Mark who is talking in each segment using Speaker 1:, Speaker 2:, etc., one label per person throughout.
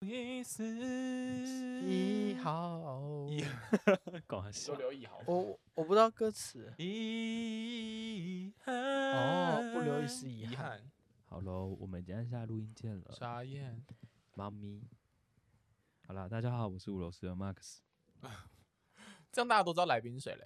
Speaker 1: 意思，
Speaker 2: 一号，
Speaker 1: 一搞笑
Speaker 3: 周。刘一豪，
Speaker 2: 我我不知道歌词，
Speaker 1: 遗憾
Speaker 2: 哦不留一丝遗
Speaker 3: 遗
Speaker 2: 憾
Speaker 3: 憾，
Speaker 1: 好喽，我们已经按下录音键
Speaker 2: 啊
Speaker 1: 了。
Speaker 3: 沙燕，
Speaker 1: 猫咪，好啦，大家好，我是五楼十的 Max。
Speaker 3: 这样大家都知道来宾水嘞。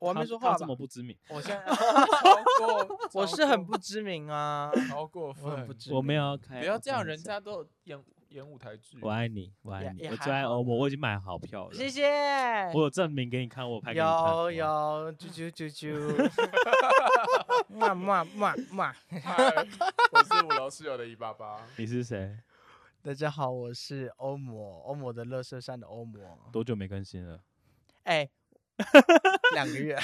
Speaker 2: 我还没
Speaker 1: 他
Speaker 2: 说话
Speaker 1: 他这
Speaker 2: 吧
Speaker 1: 么？不知名，
Speaker 3: 我现在 超过，超
Speaker 2: 我是很
Speaker 3: 过
Speaker 2: 不知名 啊，
Speaker 3: 超过
Speaker 2: 我很
Speaker 3: 分
Speaker 2: 不，知名。
Speaker 1: 我没有要开。
Speaker 3: 不要这样，
Speaker 1: 开玩
Speaker 3: 人
Speaker 1: 笑
Speaker 3: 家都有演演舞台剧。
Speaker 1: 我爱你，我爱
Speaker 2: 也
Speaker 1: 你，
Speaker 2: 也
Speaker 1: 我
Speaker 2: 还
Speaker 1: 最爱
Speaker 2: 好
Speaker 1: 欧盟，我已经买好票了。
Speaker 2: 谢谢。
Speaker 1: 我有证明给你看，我有拍给你看。好
Speaker 2: 有
Speaker 1: 吗
Speaker 2: 有，啾啾啾啾，嘛嘛嘛嘛。
Speaker 3: 嗨我是五楼室友的一八八，
Speaker 1: 你是谁？
Speaker 2: 大家好，我是欧魔，欧魔的乐色山的欧魔。
Speaker 1: 多久没更新了？
Speaker 2: 哎、 两个月，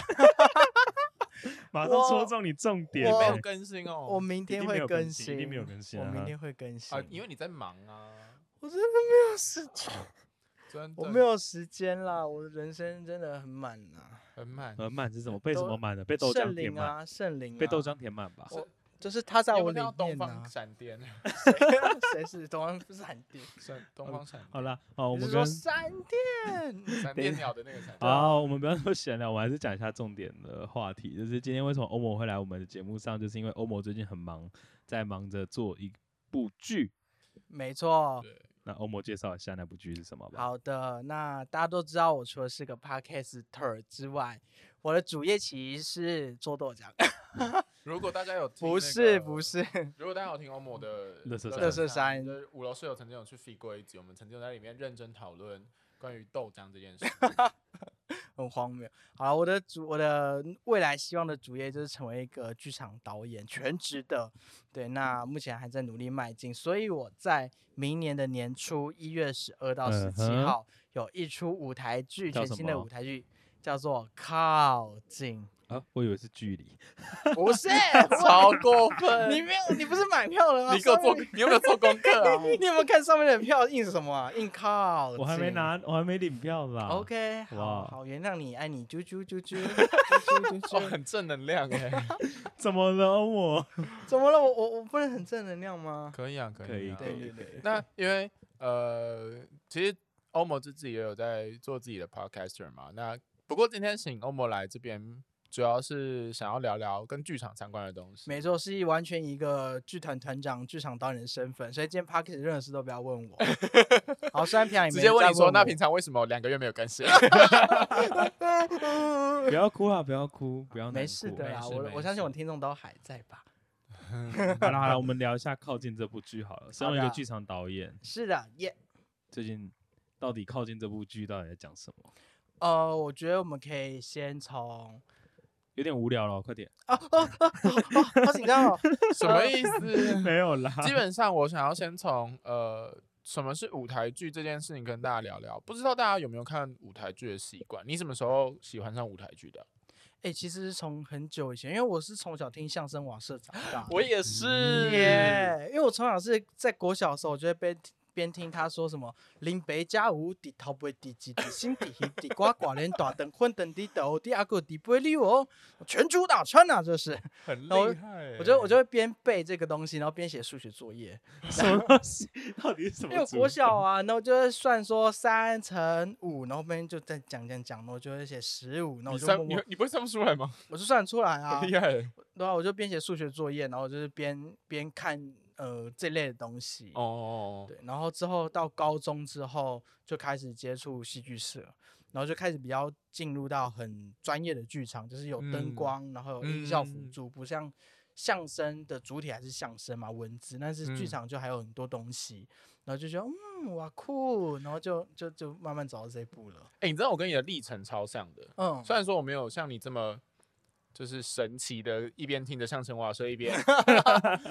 Speaker 1: 马上
Speaker 2: 我
Speaker 1: 说中你重点
Speaker 2: 我
Speaker 3: 没
Speaker 1: 欸，
Speaker 3: 有更新哦。
Speaker 2: 我明
Speaker 1: 一
Speaker 2: 天
Speaker 1: 定没
Speaker 2: 会
Speaker 1: 有
Speaker 2: 更
Speaker 1: 新，一定没有更新
Speaker 2: 我
Speaker 1: 啊。
Speaker 2: 明天会更新。
Speaker 3: 啊，因为你在忙啊，
Speaker 2: 我真的没有 时间，
Speaker 3: 真的，
Speaker 2: 我没有时间啦，我的人生真的很满啊。
Speaker 3: 很慢。
Speaker 1: 很满是什么？被什
Speaker 2: 都
Speaker 1: 么满的？被豆浆
Speaker 2: 圣
Speaker 1: 填
Speaker 2: 灵
Speaker 1: 满，
Speaker 2: 啊，圣灵、啊，
Speaker 1: 被豆浆填满吧？
Speaker 2: 我就是他在
Speaker 3: 你有没有
Speaker 2: 我
Speaker 3: 看
Speaker 2: 里
Speaker 3: 到东
Speaker 2: 面啊
Speaker 3: 方。闪电，
Speaker 2: 谁谁是东方不是闪电？
Speaker 3: 闪东方闪
Speaker 1: 好啦，哦，我
Speaker 2: 你
Speaker 1: 们
Speaker 2: 是说
Speaker 1: 跟
Speaker 2: 闪电？
Speaker 3: 电，闪
Speaker 1: 等一
Speaker 3: 电
Speaker 1: 下
Speaker 3: 鸟的那个
Speaker 2: 啊
Speaker 3: 闪电。
Speaker 1: 好，我们不要说闲聊，我还是讲一下重点的话题，就是今天为什么欧某会来我们的节目上，就是因为欧某最近很忙，在忙着做一部剧。
Speaker 2: 没错，
Speaker 3: 对，
Speaker 1: 那欧某介绍一下那部剧是什么吧。
Speaker 2: 好的，那大家都知道，我除了是个 podcaster 之外，我的主业其实是做豆浆，
Speaker 3: 如果大家有听
Speaker 2: 不
Speaker 3: 那
Speaker 2: 是
Speaker 3: 个
Speaker 2: 不是，
Speaker 3: 如果大家有听欧某的
Speaker 1: 乐色山
Speaker 2: 乐色山
Speaker 3: 就是五楼室友曾经有去 fee 过一集，我们曾经有在里面认真讨论关于豆浆这件事。
Speaker 2: 很荒谬。好了，我的主我的嗯未来希望的主业就是成为一个剧场导演，全职的。对，
Speaker 1: 嗯
Speaker 2: 那目前还在努力迈进，所以我在明年的年初一月十二到十
Speaker 1: 嗯
Speaker 2: 七
Speaker 1: 哼
Speaker 2: 号、有一出舞台剧，
Speaker 1: 叫
Speaker 2: 全
Speaker 1: 什
Speaker 2: 新的
Speaker 1: 么
Speaker 2: 舞台剧叫做《靠 近
Speaker 1: 啊，我以为是距离。》，
Speaker 2: 不 是
Speaker 3: 超过分！
Speaker 2: 你没有，你不是买票了吗？
Speaker 3: 你给我 做，
Speaker 2: 上面
Speaker 3: 你有没有做功课啊？
Speaker 2: 啊 你有没有看上面的票印什么啊？印靠近，
Speaker 1: 我还没拿，我还没领票啦。
Speaker 2: OK，好
Speaker 1: 哇
Speaker 2: 好原谅你，爱你，啾啾啾啾 啾啾
Speaker 3: 哦，
Speaker 2: 啾。
Speaker 3: 很正能量哎，
Speaker 1: 怎么了，欧某？
Speaker 2: 怎么了？我我我不能很正能量吗？
Speaker 3: 可以啊，
Speaker 1: 可以
Speaker 3: 啊
Speaker 1: 可
Speaker 2: 对
Speaker 1: 以
Speaker 2: 对对，
Speaker 3: 那因为呃，其实欧某自己也有在做自己的 podcaster 嘛。那不过今天请欧某来这边，主要是想要聊聊跟剧场相关的东西。
Speaker 2: 没错，是以完全一个剧团团长、剧场导演的身份，所以今天 p a r k e t 任何事都不要问 我。好，虽然平常也没
Speaker 3: 直接问
Speaker 2: 在
Speaker 3: 你说，那
Speaker 2: 我
Speaker 3: 平常为什么两个月没有更 新？
Speaker 1: 不要哭啊，不要哭，不要难
Speaker 2: 没事
Speaker 1: 过
Speaker 2: 的
Speaker 3: 没
Speaker 2: 啦，
Speaker 3: 事
Speaker 2: 我
Speaker 3: 没
Speaker 2: 我相信我
Speaker 3: 事
Speaker 2: 听众都还在吧。
Speaker 1: 好了好了，我们聊一下《靠近》这部剧好了。身为一个
Speaker 2: 好的
Speaker 1: 剧场导演，
Speaker 2: 是的，耶、
Speaker 1: 最近到底《靠近》这部剧到底在讲什么？
Speaker 2: 呃，我觉得我们可以先从
Speaker 1: 有点无聊了，快点。
Speaker 2: 哦好紧张 哦，
Speaker 3: 什么意思？
Speaker 1: 没有啦，
Speaker 3: 基本上我想要先从呃。什么是舞台剧这件事情跟大家聊聊？不知道大家有没有看舞台剧的习惯？你什么时候喜欢上舞台剧的？，
Speaker 2: 哎、其实是从很久以前，因为我是从小听相声瓦舍长大的啊
Speaker 3: 也是嗯
Speaker 2: 耶，因为我从小是在国小的时候，我就会边边听他说什么“林北加五底头不底几底心底黑底瓜瓜连大等混等底斗底阿哥底不会溜哦，全猪打穿啊！”这是，
Speaker 3: 很
Speaker 2: 那我
Speaker 3: 厉害欸。
Speaker 2: 我就我就会边背这个东西，然后边写数学作业。
Speaker 1: 什么东西？ 到底是什
Speaker 2: 因
Speaker 1: 么？
Speaker 2: 为我国小啊，然后就会算说三乘五，然后边就在讲讲讲，然后就会写十五，然后
Speaker 3: 你
Speaker 2: 我就
Speaker 3: 算
Speaker 2: 默
Speaker 3: 你
Speaker 2: 默
Speaker 3: 你不会算不出来吗？
Speaker 2: 我就算出来 啊
Speaker 3: 很，厉害欸
Speaker 2: 对啊，我就边写数学作业，然后就是边边看呃这类的东西。
Speaker 3: 哦，
Speaker 2: 对，然后之后到高中之后就开始接触戏剧社，然后就开始比较进入到很专业的剧场，就是有灯
Speaker 3: 嗯
Speaker 2: 光，然后有音效辅
Speaker 3: 嗯
Speaker 2: 助，不像相声的主体还是相声嘛，文字，但是剧
Speaker 3: 嗯
Speaker 2: 场就还有很多东西，然后就觉得嗯哇酷，然后就就就慢慢走到这一步了。
Speaker 3: 哎，你知道我跟你的历程超像的，
Speaker 2: 嗯，
Speaker 3: 虽然说我没有像你这么。就是神奇的，一边听着相声瓦舍，一边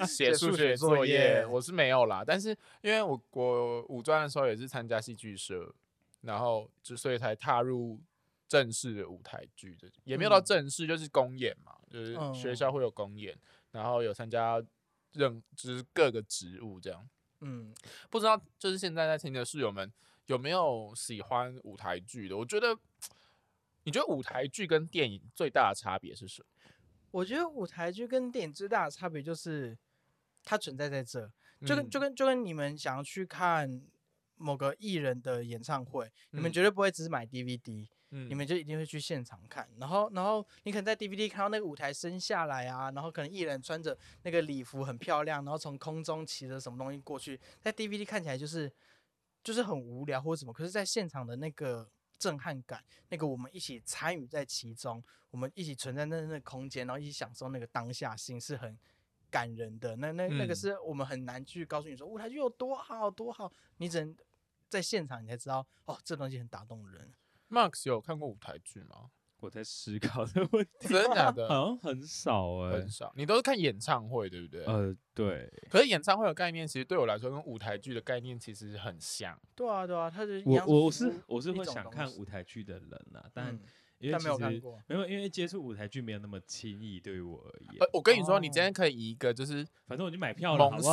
Speaker 3: 写
Speaker 2: 写数
Speaker 3: 数
Speaker 2: 学
Speaker 3: 学
Speaker 2: 作
Speaker 3: 作
Speaker 2: 业
Speaker 3: 业，我是没有啦。但是因为我我五专的时候也是参加戏剧社，然后就所以才踏入正式的舞台剧这，也没有到
Speaker 2: 嗯
Speaker 3: 正式，就是公演嘛，就是学校会有公演，然后有参加任就是各个职务这样。
Speaker 2: 嗯，
Speaker 3: 不知道就是现在在听的室友们有没有喜欢舞台剧的？我觉得，你觉得舞台剧跟电影最大的差别是什么？
Speaker 2: 我觉得舞台剧跟电影最大的差别就是它存在在这，就跟就跟就跟你们想要去看某个艺人的演唱会，你们
Speaker 3: 嗯
Speaker 2: 绝对不会只是买 DVD，、
Speaker 3: 嗯
Speaker 2: 你们就一定会去现场看。然后然后你可能在 DVD 看到那个舞台升下来啊，然后可能艺人穿着那个礼服很漂亮，然后从空中骑着什么东西过去，在 DVD 看起来就是就是很无聊或者什么，可是在现场的那个。震撼感，那个我们一起参与在其中，我们一起存在那那个空间，然后一起享受那个当下性，是很感人的。那那那个
Speaker 3: 嗯
Speaker 2: 是我们很难去告诉你说舞台剧有多好多好，你只能在现场你才知道哦，这东西很打动人。
Speaker 3: 嗯 Max 有看过舞台剧 吗？
Speaker 1: 我在思考这个问题，
Speaker 3: 真的假的？
Speaker 1: 好像很少哎、
Speaker 3: 很少，你都是看演唱会，对不对？
Speaker 1: 呃，对，
Speaker 3: 可是演唱会的概念，其实对我来说跟舞台剧的概念其实很像。
Speaker 2: 对啊对啊，他就是一
Speaker 1: 我
Speaker 2: 样
Speaker 1: 我
Speaker 2: 服
Speaker 1: 是
Speaker 2: 务
Speaker 1: 我是
Speaker 2: 一
Speaker 1: 会
Speaker 2: 种
Speaker 1: 想
Speaker 2: 东
Speaker 1: 看
Speaker 2: 西
Speaker 1: 舞台剧的人啦，但
Speaker 2: 嗯
Speaker 1: 因为
Speaker 2: 但
Speaker 1: 其
Speaker 2: 没有看
Speaker 1: 实
Speaker 2: 过
Speaker 1: 没有，因为接触舞台剧没有那么轻易，对于我而言
Speaker 3: 呃，，我跟你说，你今
Speaker 2: 哦
Speaker 3: 天可以以一个就是
Speaker 1: 反正我就买票了，好
Speaker 3: 萌
Speaker 1: 不
Speaker 3: 新，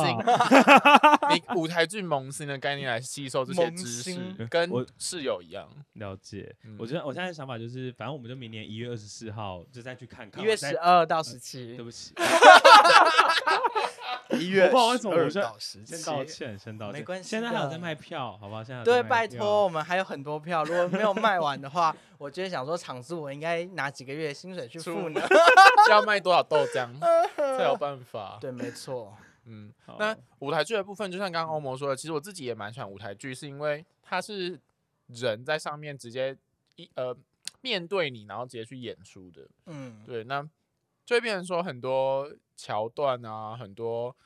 Speaker 1: 好？
Speaker 3: 你舞台剧萌新的概念来吸收这些
Speaker 2: 萌
Speaker 3: 知识
Speaker 2: 新，
Speaker 3: 跟
Speaker 1: 我
Speaker 3: 室友一样。
Speaker 1: 了 解。
Speaker 3: 嗯
Speaker 1: 我觉得我现在的想法就是，反正我们就明年一月二十四号就再去看看。
Speaker 2: 一月
Speaker 1: 我再
Speaker 2: 十，二到十
Speaker 1: 对
Speaker 2: 七，
Speaker 1: 不起，
Speaker 2: 一月
Speaker 1: 不知道为什么我
Speaker 2: 12
Speaker 1: 现
Speaker 2: 到十
Speaker 1: 在先 道
Speaker 2: 七。
Speaker 1: 歉，先道歉。
Speaker 2: 没关系
Speaker 1: 现在还有在
Speaker 2: 的
Speaker 1: 卖票，好不好？现在还有在
Speaker 2: 对，
Speaker 1: 卖
Speaker 2: 拜
Speaker 1: 票
Speaker 2: 托，我。们还有很多票，如果没有卖完的话， 我今天想说，厂子我应该拿几个月的薪水去
Speaker 3: 出
Speaker 2: 付 呢。嗯
Speaker 3: 要卖多少豆 浆才有办法？
Speaker 2: 对，没错，
Speaker 3: 嗯，
Speaker 1: 好
Speaker 3: 那舞台剧的部分，就像刚刚欧魔说的，其实我自己也蛮喜欢舞台剧，是因为它是人在上面直接一呃面对你，然后直接去演出的。
Speaker 2: 嗯，
Speaker 3: 对，那就会变成说很多桥段啊，很多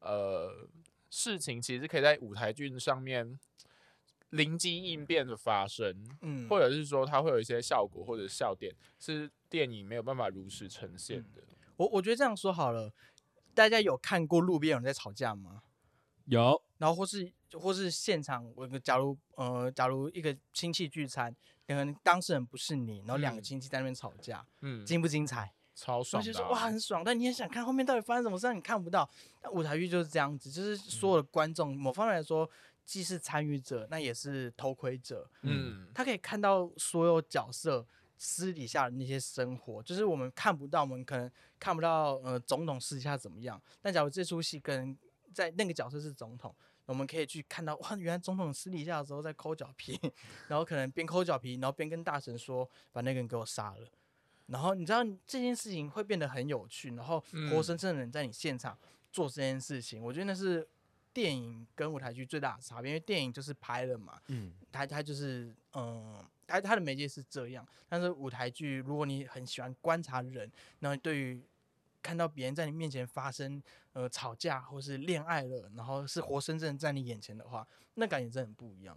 Speaker 3: 呃事情，其实可以在舞台剧上面灵机应变的发生，
Speaker 2: 嗯，
Speaker 3: 或者是说它会有一些效果或者笑点，是电影没有办法如实呈现的。
Speaker 2: 我我觉得这样说好了，大家有看过路边有人在吵架吗？
Speaker 1: 有
Speaker 2: 然后或是或是现场，我假如呃，假如一个亲戚聚餐，可能当事人不是你，然后两个
Speaker 3: 嗯
Speaker 2: 亲戚在那边吵架，
Speaker 3: 嗯，
Speaker 2: 精不精彩？
Speaker 3: 超
Speaker 2: 我
Speaker 3: 爽
Speaker 2: 就
Speaker 3: 的
Speaker 2: 说
Speaker 3: 啊、
Speaker 2: 哇很爽，但你也想看后面到底发生什么事，你看不到。但舞台剧就是这样子，就是所有的观众某方面来说，既是参与者，那也是偷窥者，
Speaker 3: 嗯，
Speaker 2: 他可以看到所有角色私底下的那些生活，就是我们看不到，我们可能看不到呃总统私底下怎么样。但假如这出戏跟在那个角色是总统，我们可以去看到哇，原来总统私底下的时候在抠脚皮， 然后可能边抠脚皮，然后边跟大神说把那个人给我杀了。然后你知道这件事情会变得很有趣，然后活
Speaker 3: 嗯
Speaker 2: 生生的人在你现场做这件事情，我觉得那是电影跟舞台剧最大的差别，因为电影就是拍了嘛，
Speaker 1: 嗯，
Speaker 2: 他他就是嗯，他他的媒介是这样，但是舞台剧，如果你很喜欢观察人，然后对于看到别人在你面前发生呃吵架或是恋爱了，然后是活生生在你眼前的话，那感觉真的很不一样。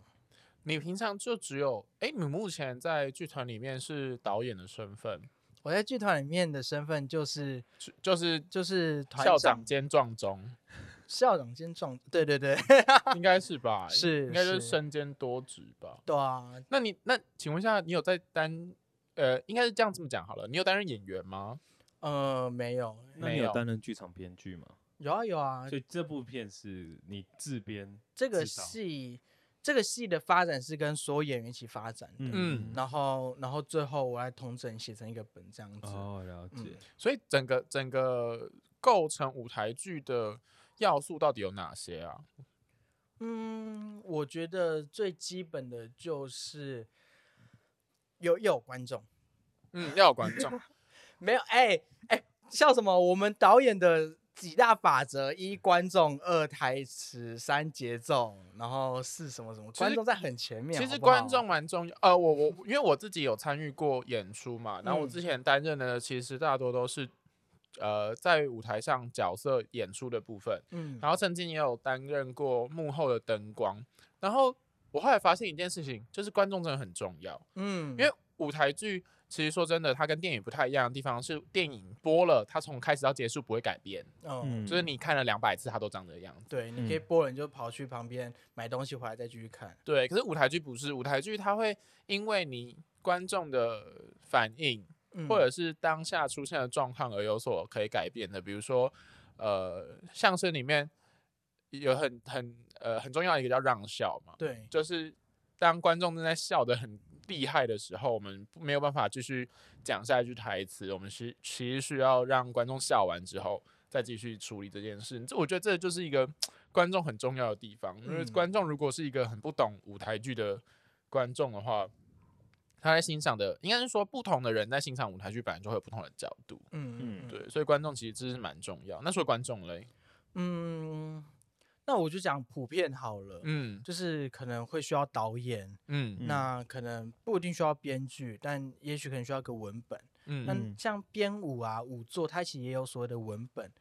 Speaker 3: 你平常就只有哎、你目前在剧团里面是导演的身份，
Speaker 2: 我在剧团里面的身份就是
Speaker 3: 就就是
Speaker 2: 就是团
Speaker 3: 校长兼壮中，
Speaker 2: 校长兼壮，对对 对，
Speaker 3: 应该是吧？
Speaker 2: 是
Speaker 3: 应该就是
Speaker 2: 是
Speaker 3: 身兼多职吧？
Speaker 2: 对啊，
Speaker 3: 那你那请问一下，你有在担呃，应该是这样这么讲好了，你有担任演员吗？
Speaker 2: 呃，没有，
Speaker 1: 那你
Speaker 3: 没
Speaker 1: 有
Speaker 3: 有
Speaker 1: 担任剧场编剧吗？
Speaker 2: 有啊有啊，
Speaker 1: 所以这部片是你自编
Speaker 2: 这个
Speaker 1: 知道
Speaker 2: 戏这个戏的发展是跟所有演员一起发展的，
Speaker 1: 嗯
Speaker 2: 然后然后最后我来统整写成一个本这样子。
Speaker 1: 哦，了
Speaker 2: 嗯
Speaker 1: 解。
Speaker 3: 所以整个整个构成舞台剧的要素到底有哪些啊？
Speaker 2: 嗯，我觉得最基本的就是有有观众，
Speaker 3: 嗯，要有观众
Speaker 2: 没有哎哎、笑什么？我们导演的。几大法则：一观众，二台词，三节奏，然后四什么什么？
Speaker 3: 其实
Speaker 2: 观众在很前面。
Speaker 3: 其
Speaker 2: 好
Speaker 3: 实
Speaker 2: 不好
Speaker 3: 观众，蛮重要。呃，我我因为我自己有参与过演出嘛，然后我
Speaker 2: 嗯
Speaker 3: 之前担任的其实大多都是呃在舞台上角色演出的部分，
Speaker 2: 嗯，
Speaker 3: 然后曾经也有担任过幕后的灯光。然后我后来发现一件事情，就是观众真的很重要，
Speaker 2: 嗯，
Speaker 3: 因为舞台剧。其实说真的，它跟电影不太一样的地方是，电影播了，它从开始到结束不会改变，
Speaker 2: 嗯，
Speaker 3: 就是你看了两百次，它都长这个样子。
Speaker 2: 对，你可以播了，你就跑去旁边买东西回来再继续看。
Speaker 3: 对，可是舞台剧不是，舞台剧它会因为你观众的反应，
Speaker 2: 嗯
Speaker 3: 或者是当下出现的状况而有所可以改变的。比如说，呃，相声里面有很很呃很重要的一个叫让笑嘛，
Speaker 2: 对，
Speaker 3: 就是当观众正在笑得很厉害的时候，我们不没有办法继续讲下一句台词，我们是其实需要让观众笑完之后再继续处理这件事。这我觉得这就是一个观众很重要的地方，因为
Speaker 2: 嗯
Speaker 3: 观众如果是一个很不懂舞台剧的观众的话，他在欣赏的应该是说不同的人在欣赏舞台剧，本来就会有不同的角度，
Speaker 2: 嗯
Speaker 1: 嗯
Speaker 3: 对，所以观众其实这是蛮重要。那说观众嘞，
Speaker 2: 嗯，那我就讲普遍好了，
Speaker 3: 嗯
Speaker 2: 就是可能会需要导演，
Speaker 3: 嗯
Speaker 2: 那可能不一定需要编剧，但也许可能需要一个文本。那
Speaker 3: 嗯
Speaker 1: 嗯
Speaker 2: 像编舞啊、舞作，它其实也有所谓的文本。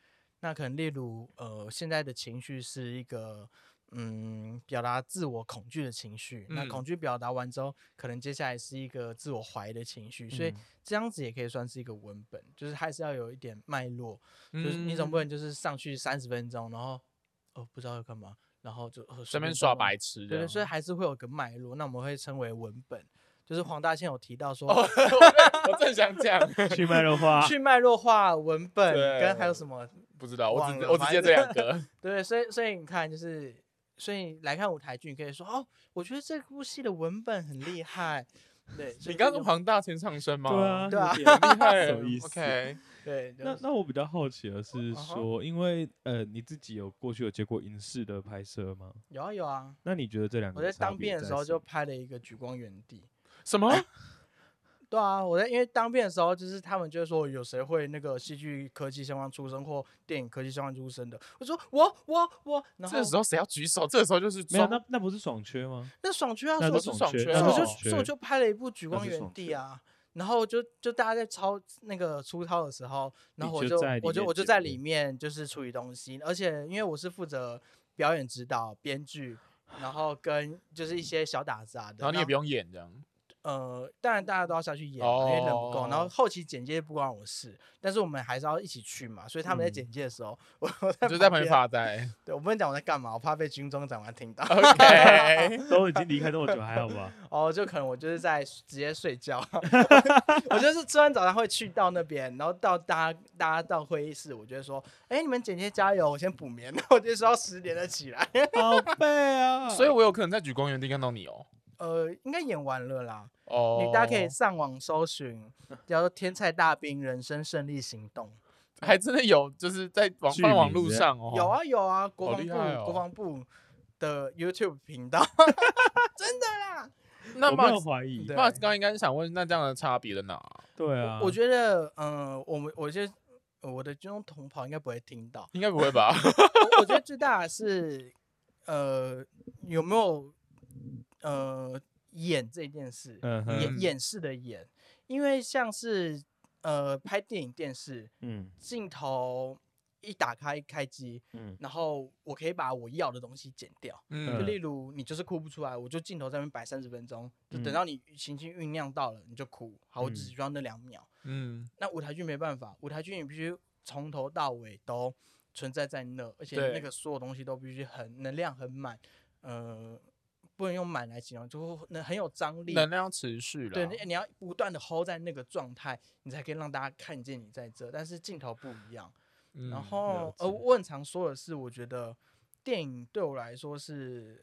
Speaker 2: 那可能例如，呃，现在的情绪是一个，嗯，表达自我恐惧的情绪。那
Speaker 3: 嗯
Speaker 2: 恐惧表达完之后，可能接下来是一个自我怀疑的情绪。所以
Speaker 1: 嗯
Speaker 2: 这样子也可以算是一个文本，就是还是要有一点脉络。
Speaker 3: 嗯
Speaker 2: 就是你总不能就是上去三十分钟，然后哦不知道要干嘛，然后就呃
Speaker 3: 这
Speaker 2: 随
Speaker 3: 边
Speaker 2: 便
Speaker 3: 耍
Speaker 2: 动啊
Speaker 3: 白痴
Speaker 2: 对
Speaker 3: 的
Speaker 2: 对，，所以还是会有个脉络，那我们会称为文本。就是黄大仙有提到
Speaker 3: 哦
Speaker 2: 说，
Speaker 3: 我正想 讲，
Speaker 1: 去卖肉花，
Speaker 2: 去脉络化文本
Speaker 3: 啊对
Speaker 2: 跟还有什么？
Speaker 3: 不知道，我
Speaker 2: 忘
Speaker 3: 只
Speaker 2: 了
Speaker 3: 我只记得这两个，
Speaker 2: 对，所以所以你看，就是所以来看舞台剧，你可以说哦，我觉得这部戏的文本很厉害。对，就
Speaker 3: 你
Speaker 2: 是
Speaker 3: 刚刚
Speaker 2: 有
Speaker 3: 是黄大千上身吗？
Speaker 1: 对啊，
Speaker 2: 对啊
Speaker 1: 有 点
Speaker 3: 厉害
Speaker 1: 什么意思
Speaker 3: OK，
Speaker 2: 对，就
Speaker 1: 那
Speaker 2: 是
Speaker 1: 那我比较好奇的是
Speaker 2: 嗯哼
Speaker 1: 说，因为呃，你自己有过去有接过影视的拍摄吗？
Speaker 2: 有啊有啊。
Speaker 1: 那你觉得这两个
Speaker 2: 我在
Speaker 1: 差
Speaker 2: 当
Speaker 1: 别
Speaker 2: 兵的
Speaker 1: 在
Speaker 2: 时候
Speaker 1: 什
Speaker 2: 就
Speaker 1: 么
Speaker 2: 拍了一个《举光原地》。
Speaker 3: 什么？
Speaker 2: 对啊，我在因为当兵的时候，就是他们就会说有谁会那个戏剧科技相关出身或电影科技相关出身的，我说我我我，然后
Speaker 3: 这时候谁要举手？这时候就是
Speaker 1: 没有，
Speaker 3: 装
Speaker 1: 那那不是爽缺吗？
Speaker 2: 那爽剧啊，所
Speaker 1: 那
Speaker 2: 以我
Speaker 1: 是
Speaker 2: 就
Speaker 3: 爽
Speaker 1: 爽
Speaker 3: 缺
Speaker 1: 缺，
Speaker 3: 啊
Speaker 1: 那
Speaker 2: 所以我
Speaker 1: 是
Speaker 2: 就
Speaker 1: 爽缺
Speaker 2: 所以我就拍了一部《举光
Speaker 1: 是
Speaker 2: 原
Speaker 1: 爽
Speaker 2: 地
Speaker 1: 缺》
Speaker 2: 啊，然后就就大家在操那个粗糙的时候，然
Speaker 1: 你
Speaker 2: 后我
Speaker 1: 就
Speaker 2: 就
Speaker 1: 在
Speaker 2: 我
Speaker 1: 里
Speaker 2: 就
Speaker 1: 面
Speaker 2: 我就
Speaker 1: 解
Speaker 2: 在
Speaker 1: 决
Speaker 2: 里面就是处理东西，而且因为我是负责表演指导、编剧，然后跟就是一些小打杂的，
Speaker 3: 然后你也
Speaker 2: 那
Speaker 3: 不用演这样。
Speaker 2: 呃，当然大家都要下去演嘛，因为人不够。然后
Speaker 3: 哦
Speaker 2: 后期剪接不关我事，但是我们还是要一起去嘛。所以他们在
Speaker 1: 嗯
Speaker 2: 剪接的时候，我我 在
Speaker 3: 就在旁边
Speaker 2: 边。
Speaker 3: 发呆。
Speaker 2: 对，我不能讲我在干嘛，我怕被军中长官听到。
Speaker 3: 哦 OK，
Speaker 1: 都已经离开这么久，还好吧？
Speaker 2: 哦，就可能我就是在直接睡觉， 我就是吃完早餐会去到那边，然后到大家大家到会议室，我就会说，哎、你们剪接加油，我先补眠，然 后我就说十点了起来。
Speaker 1: 好背 啊！
Speaker 3: 所以我有可能在举光原地看到你哦。
Speaker 2: 呃，应该演完了啦，
Speaker 3: 哦，
Speaker 2: 你大家可以上网搜寻，叫做《天才大兵人生胜利行动》。
Speaker 3: 还真的有，就是在网
Speaker 1: 剧
Speaker 3: 放网
Speaker 1: 名
Speaker 3: 路
Speaker 1: 这样
Speaker 3: 上哦。
Speaker 2: 有，啊有啊，国
Speaker 3: 好
Speaker 2: 防
Speaker 3: 厉
Speaker 2: 部、
Speaker 3: 害哦
Speaker 2: 国防部的 YouTube 频 道，真的啦。
Speaker 3: 那
Speaker 1: 我没有
Speaker 3: Max
Speaker 1: 怀疑
Speaker 2: 对，
Speaker 3: Max 刚刚应该是想问，那这样的差别在哪？
Speaker 1: 对啊，
Speaker 2: 我觉得，嗯、我们我觉得呃我的军中同袍应该不会听到。
Speaker 3: 应该不会 吧？
Speaker 2: 我我觉得最大的是，呃，有没有呃演这件事，
Speaker 1: 嗯哼，
Speaker 2: 演演示的演，因为像是呃拍电影电视
Speaker 1: 嗯
Speaker 2: 镜头一打开开机，
Speaker 1: 嗯
Speaker 2: 然后我可以把我要的东西剪掉。就
Speaker 1: 嗯
Speaker 2: 例如你就是哭不出来，我就镜头在那边摆三十分钟，就等
Speaker 1: 嗯
Speaker 2: 到你情绪酝酿到了，你就哭。好，我只需要那两秒。
Speaker 3: 嗯，
Speaker 2: 那舞台剧没办法，舞台剧你必须从头到尾都存在在那，而且
Speaker 3: 对
Speaker 2: 那个所有东西都必须很能量很满，呃，不能用满来形容，就会能很有张力。
Speaker 3: 能量啊持续了。
Speaker 2: 对，你你要不断的 hold 在那个状态，你才可以让大家看见你在这。但是镜头不一样，
Speaker 3: 嗯，
Speaker 2: 然后
Speaker 1: 了
Speaker 2: 呃，
Speaker 1: 解
Speaker 2: 我很常说的是，我觉得电影对我来说是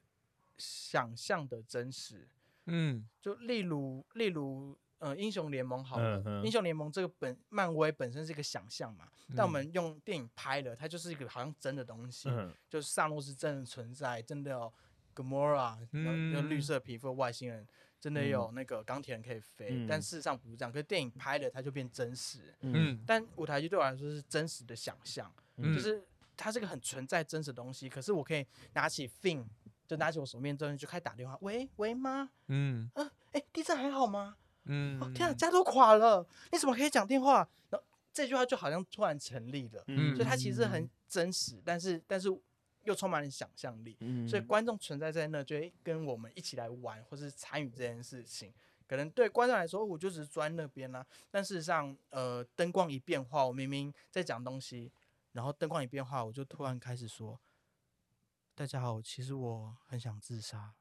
Speaker 2: 想象的真实。
Speaker 3: 嗯
Speaker 2: 就例如例如呃英雄联盟好了，
Speaker 1: 嗯哼
Speaker 2: 英雄联盟这个本漫威本身是一个想象嘛，但
Speaker 3: 嗯
Speaker 2: 我们用电影拍了，它就是一个好像真的东西，
Speaker 1: 嗯
Speaker 2: 就是萨诺是真的存在，真的有 Gamora，然后就绿
Speaker 3: 嗯
Speaker 2: 色皮肤的外星人。真的有那个钢铁人可以飞，但
Speaker 1: 嗯
Speaker 2: 事实上不是这样。可是电影拍了，它就变真实。
Speaker 1: 嗯
Speaker 3: 嗯
Speaker 2: 但舞台剧对我来说是真实的想象，
Speaker 3: 嗯
Speaker 2: 就是它是个很存在真实的东西。可是我可以拿起 Thing，就拿起我手边的东西就开始打电话，喂喂妈，
Speaker 3: 嗯
Speaker 2: 嗯，哎、地震还好吗？哦
Speaker 3: 嗯，
Speaker 2: 天啊，家都垮了，你怎么可以讲电话？然后这句话就好像突然成立了，
Speaker 1: 嗯
Speaker 2: 所以它其实很真实，但是但是又充满了想象力，
Speaker 1: 嗯
Speaker 2: 所以观众存在在那，就会跟我们一起来玩或是参与这件事情。可能对观众来说，哦我就只是坐在那边啦、啊但事实上，呃，灯光一变化，我明明在讲东西，然后灯光一变化，我就突然开始说：“大家好，其实我很想自杀，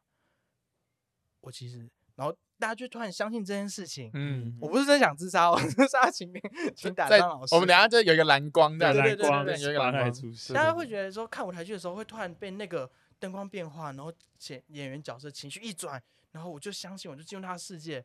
Speaker 2: 我其实……”然后大家就突然相信这件事情，
Speaker 3: 嗯，
Speaker 2: 我不是真想自杀哦，我 是杀请请打
Speaker 3: 在
Speaker 2: 张老师。
Speaker 3: 我们等一下就有一个蓝光这
Speaker 1: 在
Speaker 3: 样，
Speaker 1: 蓝
Speaker 2: 对对对
Speaker 1: 光
Speaker 2: 对
Speaker 3: 有一个蓝
Speaker 1: 把它
Speaker 3: 光
Speaker 1: 出现，
Speaker 2: 大家会觉得说看舞台剧的时候会突然被那个灯光变化，然后演演员角色情绪一转，然后我就相信我就进入他的世界，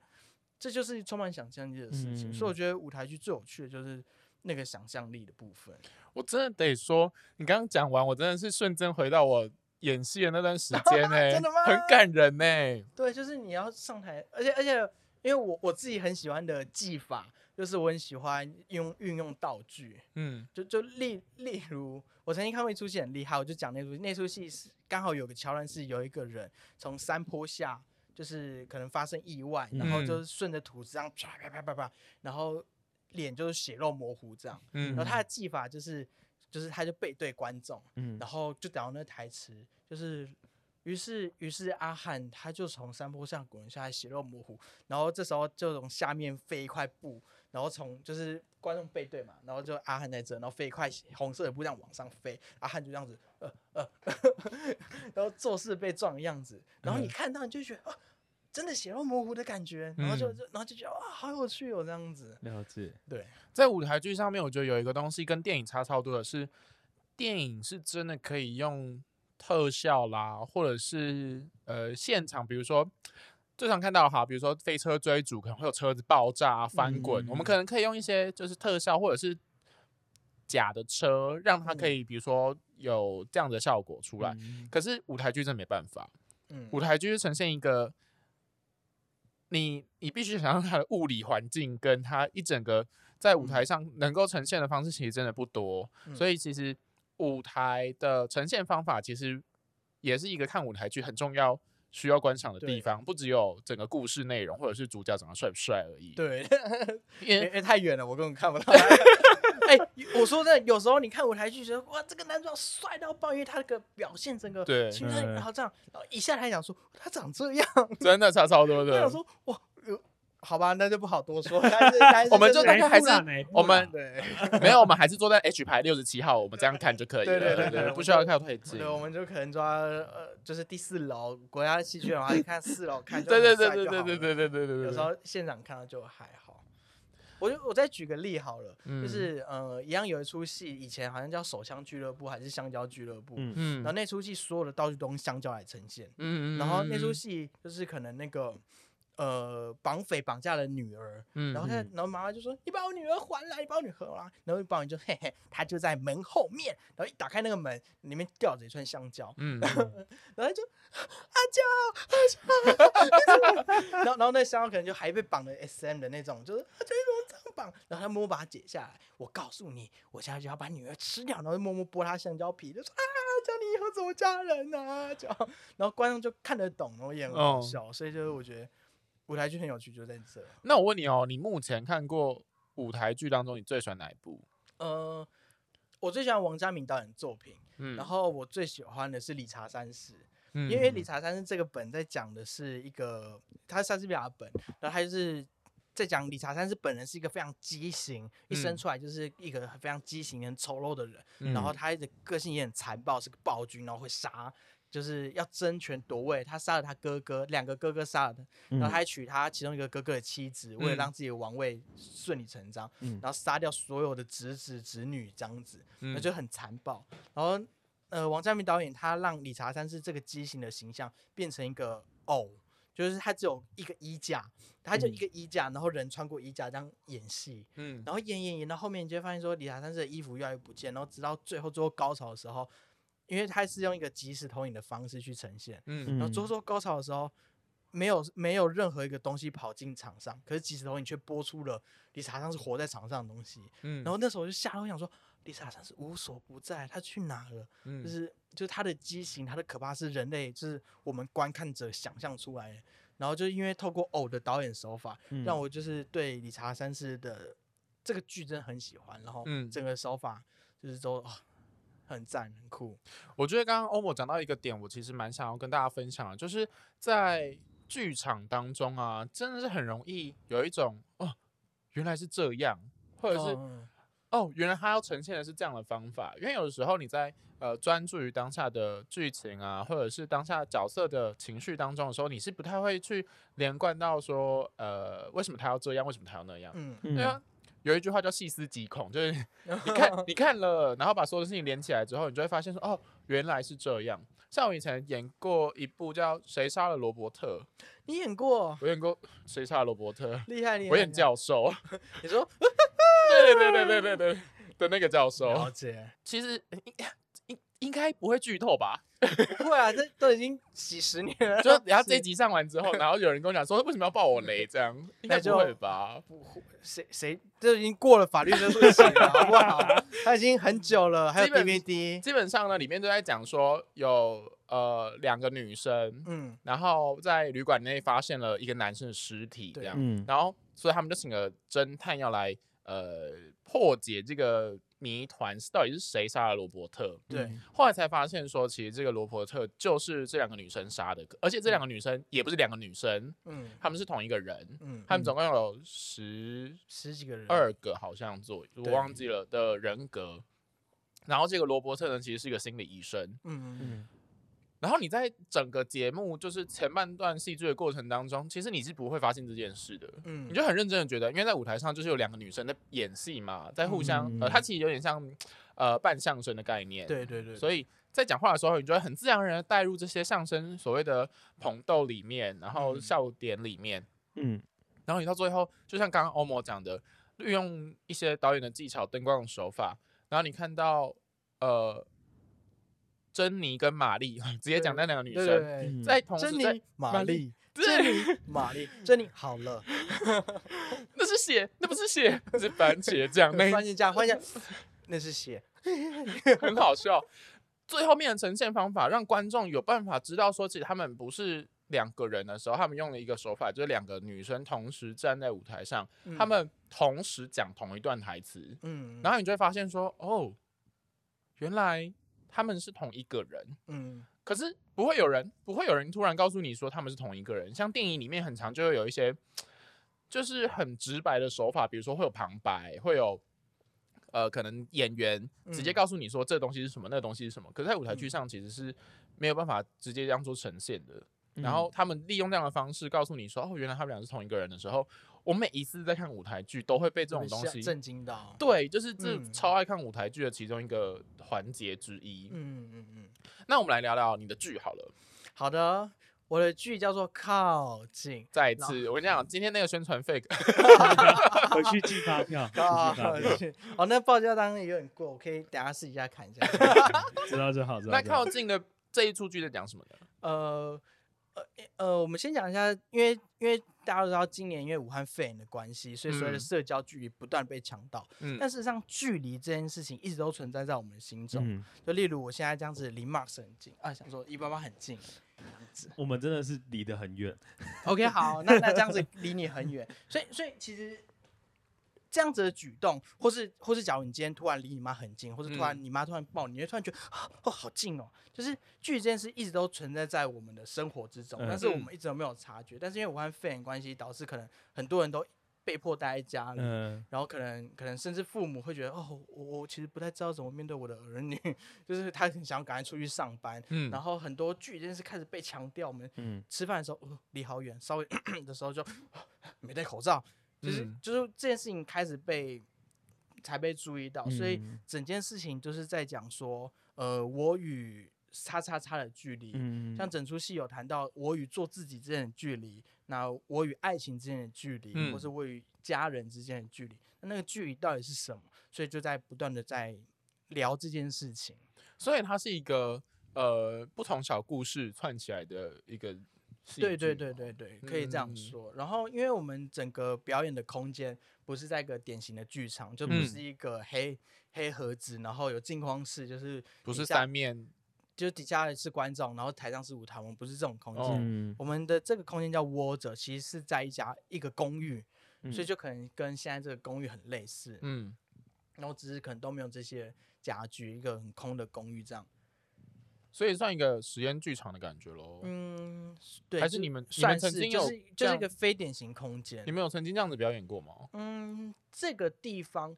Speaker 2: 这就是充满想象力的事情。所以我觉得舞台剧最有趣的就是那个想象力的部分。
Speaker 3: 我真的得说，你刚刚讲完，我真的是瞬间回到我演戏的那段时间呢、
Speaker 2: 真的吗
Speaker 3: 很感人欸呢、
Speaker 2: 对，就是你要上台，而且而且，因为我我自己很喜欢的技法，就是我很喜欢用运用道具，
Speaker 3: 嗯
Speaker 2: 就就例例如，我曾经看过一出戏很厉害，我就讲那出那出戏是刚好有个桥段是有一个人从山坡下，就是可能发生意外，然后
Speaker 3: 嗯
Speaker 2: 就是顺着土这样啪啪啪啪啪，然后脸就是血肉模糊这样，
Speaker 3: 嗯
Speaker 2: 然后他的技法就是就是他就背对观众，
Speaker 1: 嗯
Speaker 2: 然后就讲到那台词，就是，于是于是阿汉他就从山坡上滚下来，血肉模糊，然后这时候就从下面飞一块布，然后从就是观众背对嘛，然后就阿汉在这，然后飞一块红色的布这样往上飞，阿汉就这样子，呃呃，然后做事被撞的样子，然后你
Speaker 3: 嗯
Speaker 2: 看到你就觉得啊，真的血肉模糊的感觉，然后就
Speaker 3: 嗯
Speaker 2: 就然后就觉得哇，好有趣哦，这样子，
Speaker 1: 了解，
Speaker 2: 对，
Speaker 3: 在舞台剧上面，我觉得有一个东西跟电影差超多的是，电影是真的可以用特效啦，或者是呃现场，比如说最常看到哈，比如说飞车追逐可能会有车子爆炸、啊、翻滚，我们可能可以用一些就是特效或者是假的车，让它可以比如说有这样的效果出来。
Speaker 1: 嗯
Speaker 3: 可是舞台剧真的没办法，
Speaker 2: 嗯
Speaker 3: 舞台剧是呈现一个你你必须想象它的物理环境跟它一整个在舞台上能够呈现的方式，其实真的不多。
Speaker 2: 嗯
Speaker 3: 所以其实舞台的呈现方法，其实也是一个看舞台剧很重要需要观赏的
Speaker 2: 对
Speaker 3: 地方，不只有整个故事内容或者是主角长得帅不帅而已。，
Speaker 2: 对。
Speaker 3: 因
Speaker 2: 因为
Speaker 3: 为
Speaker 2: 因为太远了，我根本看不到他。 哎、我说真的，有时候你看舞台剧，觉得哇，这个男主角帅到爆，因为他那个表现整个
Speaker 3: 对
Speaker 2: 情绪上
Speaker 1: 嗯
Speaker 2: 然后这样，然后一下台讲说他长这样，
Speaker 3: 真的差超多
Speaker 2: 我
Speaker 3: 的
Speaker 2: 想。说哇、呃好吧，那就不好多 说。但是但是
Speaker 3: 我们
Speaker 2: 就
Speaker 3: 就大
Speaker 2: 真的
Speaker 3: 概
Speaker 1: 哎
Speaker 3: 还是我们啊
Speaker 2: 对
Speaker 3: 没有，我们还是坐在 H 排六十七号，我们这样看就可以了。
Speaker 2: 对对对对我
Speaker 3: 不
Speaker 2: 们
Speaker 3: 需要
Speaker 2: 就
Speaker 3: 靠太近
Speaker 2: 对，。我们就可能抓呃，就是第四楼国家戏剧的话，你看四楼看就
Speaker 3: 对对
Speaker 2: 很
Speaker 3: 对
Speaker 2: 帅
Speaker 3: 对
Speaker 2: 就好
Speaker 3: 对
Speaker 2: 了，
Speaker 3: 对对对对对。
Speaker 2: 有时候现场看到就还好。我就我再举个例好了，
Speaker 3: 嗯
Speaker 2: 就是呃，一样有一出戏，以前好像叫《手枪俱乐部》还是《香蕉俱乐部》，
Speaker 1: 嗯
Speaker 3: 嗯
Speaker 2: 然后那出戏所有的道具都用香蕉来呈现，
Speaker 3: 嗯
Speaker 2: 然后那
Speaker 3: 嗯
Speaker 2: 出戏就是可能那个呃绑匪绑架了女儿，
Speaker 3: 嗯
Speaker 2: 然后他然后妈妈就说：“你把我女儿还来，你把我女儿还来。”然后保安就嘿嘿，她就在门后面，然后一打开那个门，里面吊着一串香蕉，
Speaker 3: 嗯，
Speaker 2: 然后就阿娇阿 娇，然后然后那香蕉可能就还被绑了 S M 的那种，就是阿娇你怎么这样绑？然后他默默把它解下来。我告诉你，我现在就要把女儿吃掉，然后就默默剥她香蕉皮，就说啊，叫你以后怎么嫁人啊？叫，然后观众就看得懂，然后也很好
Speaker 3: 哦
Speaker 2: 笑，所以就是我觉得舞台剧很有趣，就在这。
Speaker 3: 那我问你哦，你目前看过舞台剧当中，你最喜欢哪一部？
Speaker 2: 呃，我最喜欢王家明导演的作品，
Speaker 3: 嗯
Speaker 2: 然后我最喜欢的是《理查三世》。
Speaker 3: 因
Speaker 2: 因为理查三世这个本在讲的是一个，他是莎士比亚的本，然后他就是在讲理查三世本人是一个非常畸形，一生
Speaker 3: 嗯
Speaker 2: 出来就是一个非常畸形、很丑陋的人，然后他的个性也很残暴，是个暴君，然后会杀，就是要争权夺位，他杀了他哥哥，两个哥哥杀了他，
Speaker 1: 嗯
Speaker 2: 然后他还娶他其中一个哥哥的妻子，为了
Speaker 3: 嗯
Speaker 2: 让自己的王位顺理成章，
Speaker 1: 嗯
Speaker 2: 然后杀掉所有的侄子侄女这样子，那
Speaker 3: 嗯
Speaker 2: 就很残暴。然后，呃，王家明导演他让理查三世这个畸形的形象变成一个偶，就是他只有一个衣架，他就一个衣架，然后人穿过衣架这样演戏，
Speaker 3: 嗯
Speaker 2: 然后演演演到后面，你就会发现说理查三世的衣服越来越不见，然后直到最后最后高潮的时候，因为他是用一个即时投影的方式去呈现，
Speaker 3: 嗯
Speaker 2: 然后最后最后高潮的时候。没有没有任何一个东西跑进场上，可是即时投影却播出了理查三世活在场上的东西，
Speaker 3: 嗯，
Speaker 2: 然后那时候我就吓到，我想说，丽莎真是无所不在，她去哪了？
Speaker 3: 嗯
Speaker 2: 就是就是她的畸形，她的可怕是人类，就是我们观看者想象出来的。然后就是因为透过偶的导演手法，
Speaker 1: 嗯
Speaker 3: 嗯
Speaker 2: 让我就是对理查三世的这个剧真的很喜欢，然后
Speaker 3: 嗯
Speaker 2: 整个手法就是都、啊很赞很酷。
Speaker 3: 我觉得刚刚欧某讲到一个点，我其实蛮想要跟大家分享的，就是在剧场当中啊，真的是很容易有一种哦，原来是这样，或者是
Speaker 2: 嗯
Speaker 3: 哦，原来他要呈现的是这样的方法。因为有的时候你在呃专注于当下的剧情啊，或者是当下角色的情绪当中的时候，你是不太会去连贯到说呃为什么他要这样，为什么他要那样。
Speaker 2: 嗯
Speaker 3: 对啊，有一句话叫细思极恐， 就是你看你看了，然后把所有的事情连起来之后，你就会发现说哦原来是这样。像我以前演过一部叫《谁杀了罗伯特
Speaker 2: 你演过》，
Speaker 3: 我演过《谁杀了罗伯特》，
Speaker 2: 厉害厉害，
Speaker 3: 我演
Speaker 2: 厉害
Speaker 3: 教授。
Speaker 2: 你说
Speaker 3: 对对 对对对对对对的那个教
Speaker 2: 了
Speaker 3: 授，
Speaker 2: 解，
Speaker 3: 其实应应应该不会剧透 吧？
Speaker 2: 不会啊，这都已经几十年了，
Speaker 3: 就然后这一集上完之 后，然后有人跟我讲说为什么要爆我雷，这样应该
Speaker 2: 那就
Speaker 3: 不会吧？
Speaker 2: 不会谁谁这已经过了法律的路线了，好不好？他已经很久了，还有
Speaker 3: 基本
Speaker 2: DVD，
Speaker 3: 基本上呢，里面都在讲说有呃两个女生，
Speaker 2: 嗯，
Speaker 3: 然后在旅馆内发现了一个男生的尸体，这
Speaker 2: 对
Speaker 3: 样，
Speaker 1: 嗯，
Speaker 3: 然后所以他们就请了侦探要来呃破解这个谜团，是到底是谁杀了罗伯特？嗯
Speaker 2: 对，
Speaker 3: 后来才发现说，其实这个罗伯特就是这两个女生杀的，而且这两个女生也不是两个女生，
Speaker 2: 嗯
Speaker 3: 她们是同一个人，
Speaker 2: 嗯，
Speaker 3: 她们总共有十
Speaker 2: 十几个人，
Speaker 3: 二个好像左右，我
Speaker 2: 对
Speaker 3: 忘记了的人格。然后这个罗伯特呢，其实是一个心理医生，
Speaker 2: 嗯，嗯
Speaker 1: 嗯
Speaker 3: 然后你在整个节目就是前半段戏剧的过程当中，其实你是不会发现这件事的。
Speaker 2: 嗯，
Speaker 3: 你就很认真的觉得，因为在舞台上就是有两个女生在演戏嘛，在互相、呃，它其实有点像呃扮相声的概念，，
Speaker 2: 嗯对对对，
Speaker 3: 所以在讲话的时候，你就会很自然而然的带入这些相声所谓的捧逗里面，然后
Speaker 2: 嗯
Speaker 3: 笑点里面，
Speaker 1: 嗯
Speaker 3: 然后你到最后，就像刚刚欧某讲的，运用一些导演的技巧、灯光的手法，然后你看到呃，珍妮跟玛丽 直接讲那两个女
Speaker 2: 对
Speaker 3: 生，
Speaker 2: 对对，
Speaker 1: 嗯
Speaker 3: 在同时
Speaker 2: 珍
Speaker 3: 在
Speaker 2: 妮、玛丽、
Speaker 3: 对
Speaker 2: 珍妮、玛丽、珍妮，好了，
Speaker 3: 那是血，那不是血，那是番茄 酱，那一
Speaker 2: 换一下，换一下，那是血，
Speaker 3: 很好笑。最后面的呈现方法让观众有办法知道说，其实他们不是两个人的时候，他们用了一个手法，就是两个女生同时站在舞台上，他
Speaker 2: 嗯，
Speaker 3: 们同时讲同一段台词，
Speaker 2: 嗯，
Speaker 3: 然
Speaker 2: 后，
Speaker 3: 后你就会发现说，哦，原来他们是同一个人。
Speaker 2: 嗯，
Speaker 3: 可是不会有人，不会有人突然告诉你说他们是同一个人。像电影里面很常就会有一些，就是很直白的手法，比如说会有旁白，会有呃，可能演员直接
Speaker 2: 嗯
Speaker 3: 告诉你说这东西是什么，那东西是什么。可是，在舞台剧上其实是没有办法直接这样做呈现的。然后他们利用这样的方式告诉你说，哦，原来他们俩是同一个人的时候，我每一次在看舞台剧都会被这种东西
Speaker 2: 震惊到，
Speaker 3: 对，就是这
Speaker 2: 嗯
Speaker 3: 超爱看舞台剧的其中一个环节之一。
Speaker 2: 嗯嗯嗯。
Speaker 3: 那我们来聊聊你的剧好了。
Speaker 2: 好的，我的剧叫做《靠近
Speaker 3: 再一次，我跟你讲，今天那个宣传费
Speaker 1: 回去寄 发票，回》
Speaker 2: 靠
Speaker 1: 去寄发票，
Speaker 2: 近。哦，那报价单有点贵，我可以等下试一下 看一下。
Speaker 1: 知道就好，知道
Speaker 3: 那
Speaker 1: 就好
Speaker 3: 靠。近的这一出剧在讲什么呢？
Speaker 2: 呃呃呃，我们先讲一下，因为因为大家都知道，今年因为武汉肺炎的关系，所以所谓
Speaker 3: 嗯
Speaker 2: 的社交距离不断被强调。
Speaker 3: 嗯
Speaker 2: 但事实上，距离这件事情一直都存在在我们的心中。
Speaker 1: 嗯，
Speaker 2: 就例如我现在这样子，离 Max 很近啊，想说一八八很近。
Speaker 1: 我们真的是离得很远，
Speaker 2: OK，好， 那那这样子离你很远，所以所以其实这样子的举动，或是或是假如你今天突然离你妈很近，或是突然
Speaker 3: 嗯
Speaker 2: 你妈突然抱你，你会突然觉得啊哦好近哦，就是距离这件事一直都存在在我们的生活之中，
Speaker 1: 嗯
Speaker 2: 但是我们一直都没有察觉，但是因为武汉肺炎关系，导致可能很多人都被迫待在家里。
Speaker 1: 嗯，
Speaker 2: 然后可能可能甚至父母会觉得哦，我我其实不太知道怎么面对我的儿女， 就是他很想赶快出去上班，
Speaker 3: 嗯
Speaker 2: 然后很多距离这件事开始被强调，我们
Speaker 1: 嗯，
Speaker 2: 吃饭的时候呃离好远，稍微 的时候就没戴口罩，就是、
Speaker 3: 嗯
Speaker 2: 就是这件事情开始被才被注意到，所以
Speaker 1: 嗯
Speaker 2: 整件事情就是在讲说，呃，我与叉叉叉的距离，
Speaker 1: 嗯，
Speaker 2: 像整出戏有谈到我与做自己之间的距离，那我与爱情之间的距离，
Speaker 3: 嗯
Speaker 2: 或是我与家人之间的距离，那那个距离到底是什么？所以就在不断的在聊这件事情。
Speaker 3: 所以它是一个呃不同小故事串起来的一个戏剧。
Speaker 2: 对对对对对，可以这样
Speaker 3: 嗯
Speaker 2: 说。然后，因为我们整个表演的空间不是在一个典型的剧场，就不
Speaker 3: 嗯
Speaker 2: 是一个黑、黑盒子，然后有镜框室，就是
Speaker 3: 不是
Speaker 2: 底下
Speaker 3: 三，面
Speaker 2: 就是底下是观众，然后台上是舞台，我们不是这种空间。
Speaker 3: 哦
Speaker 1: 嗯，
Speaker 2: 我们的这个空间叫窝着，其实是在一家一个公寓，
Speaker 1: 嗯
Speaker 2: 所以就可能跟现在这个公寓很类似，
Speaker 3: 嗯
Speaker 2: 然后只是可能都没有这些家具，一个很空的公寓这样。
Speaker 3: 所以算一个实验剧场的感觉喽。
Speaker 2: 嗯，对，
Speaker 3: 哦还是
Speaker 2: 就
Speaker 3: 你们你
Speaker 2: 算
Speaker 3: 们曾
Speaker 2: 是
Speaker 3: 经
Speaker 2: 就
Speaker 3: 有
Speaker 2: 是
Speaker 3: 这
Speaker 2: 就是一
Speaker 3: 样
Speaker 2: 个非典型空间
Speaker 3: 你。们有曾经这样子表演过吗？
Speaker 2: 嗯，这个地方，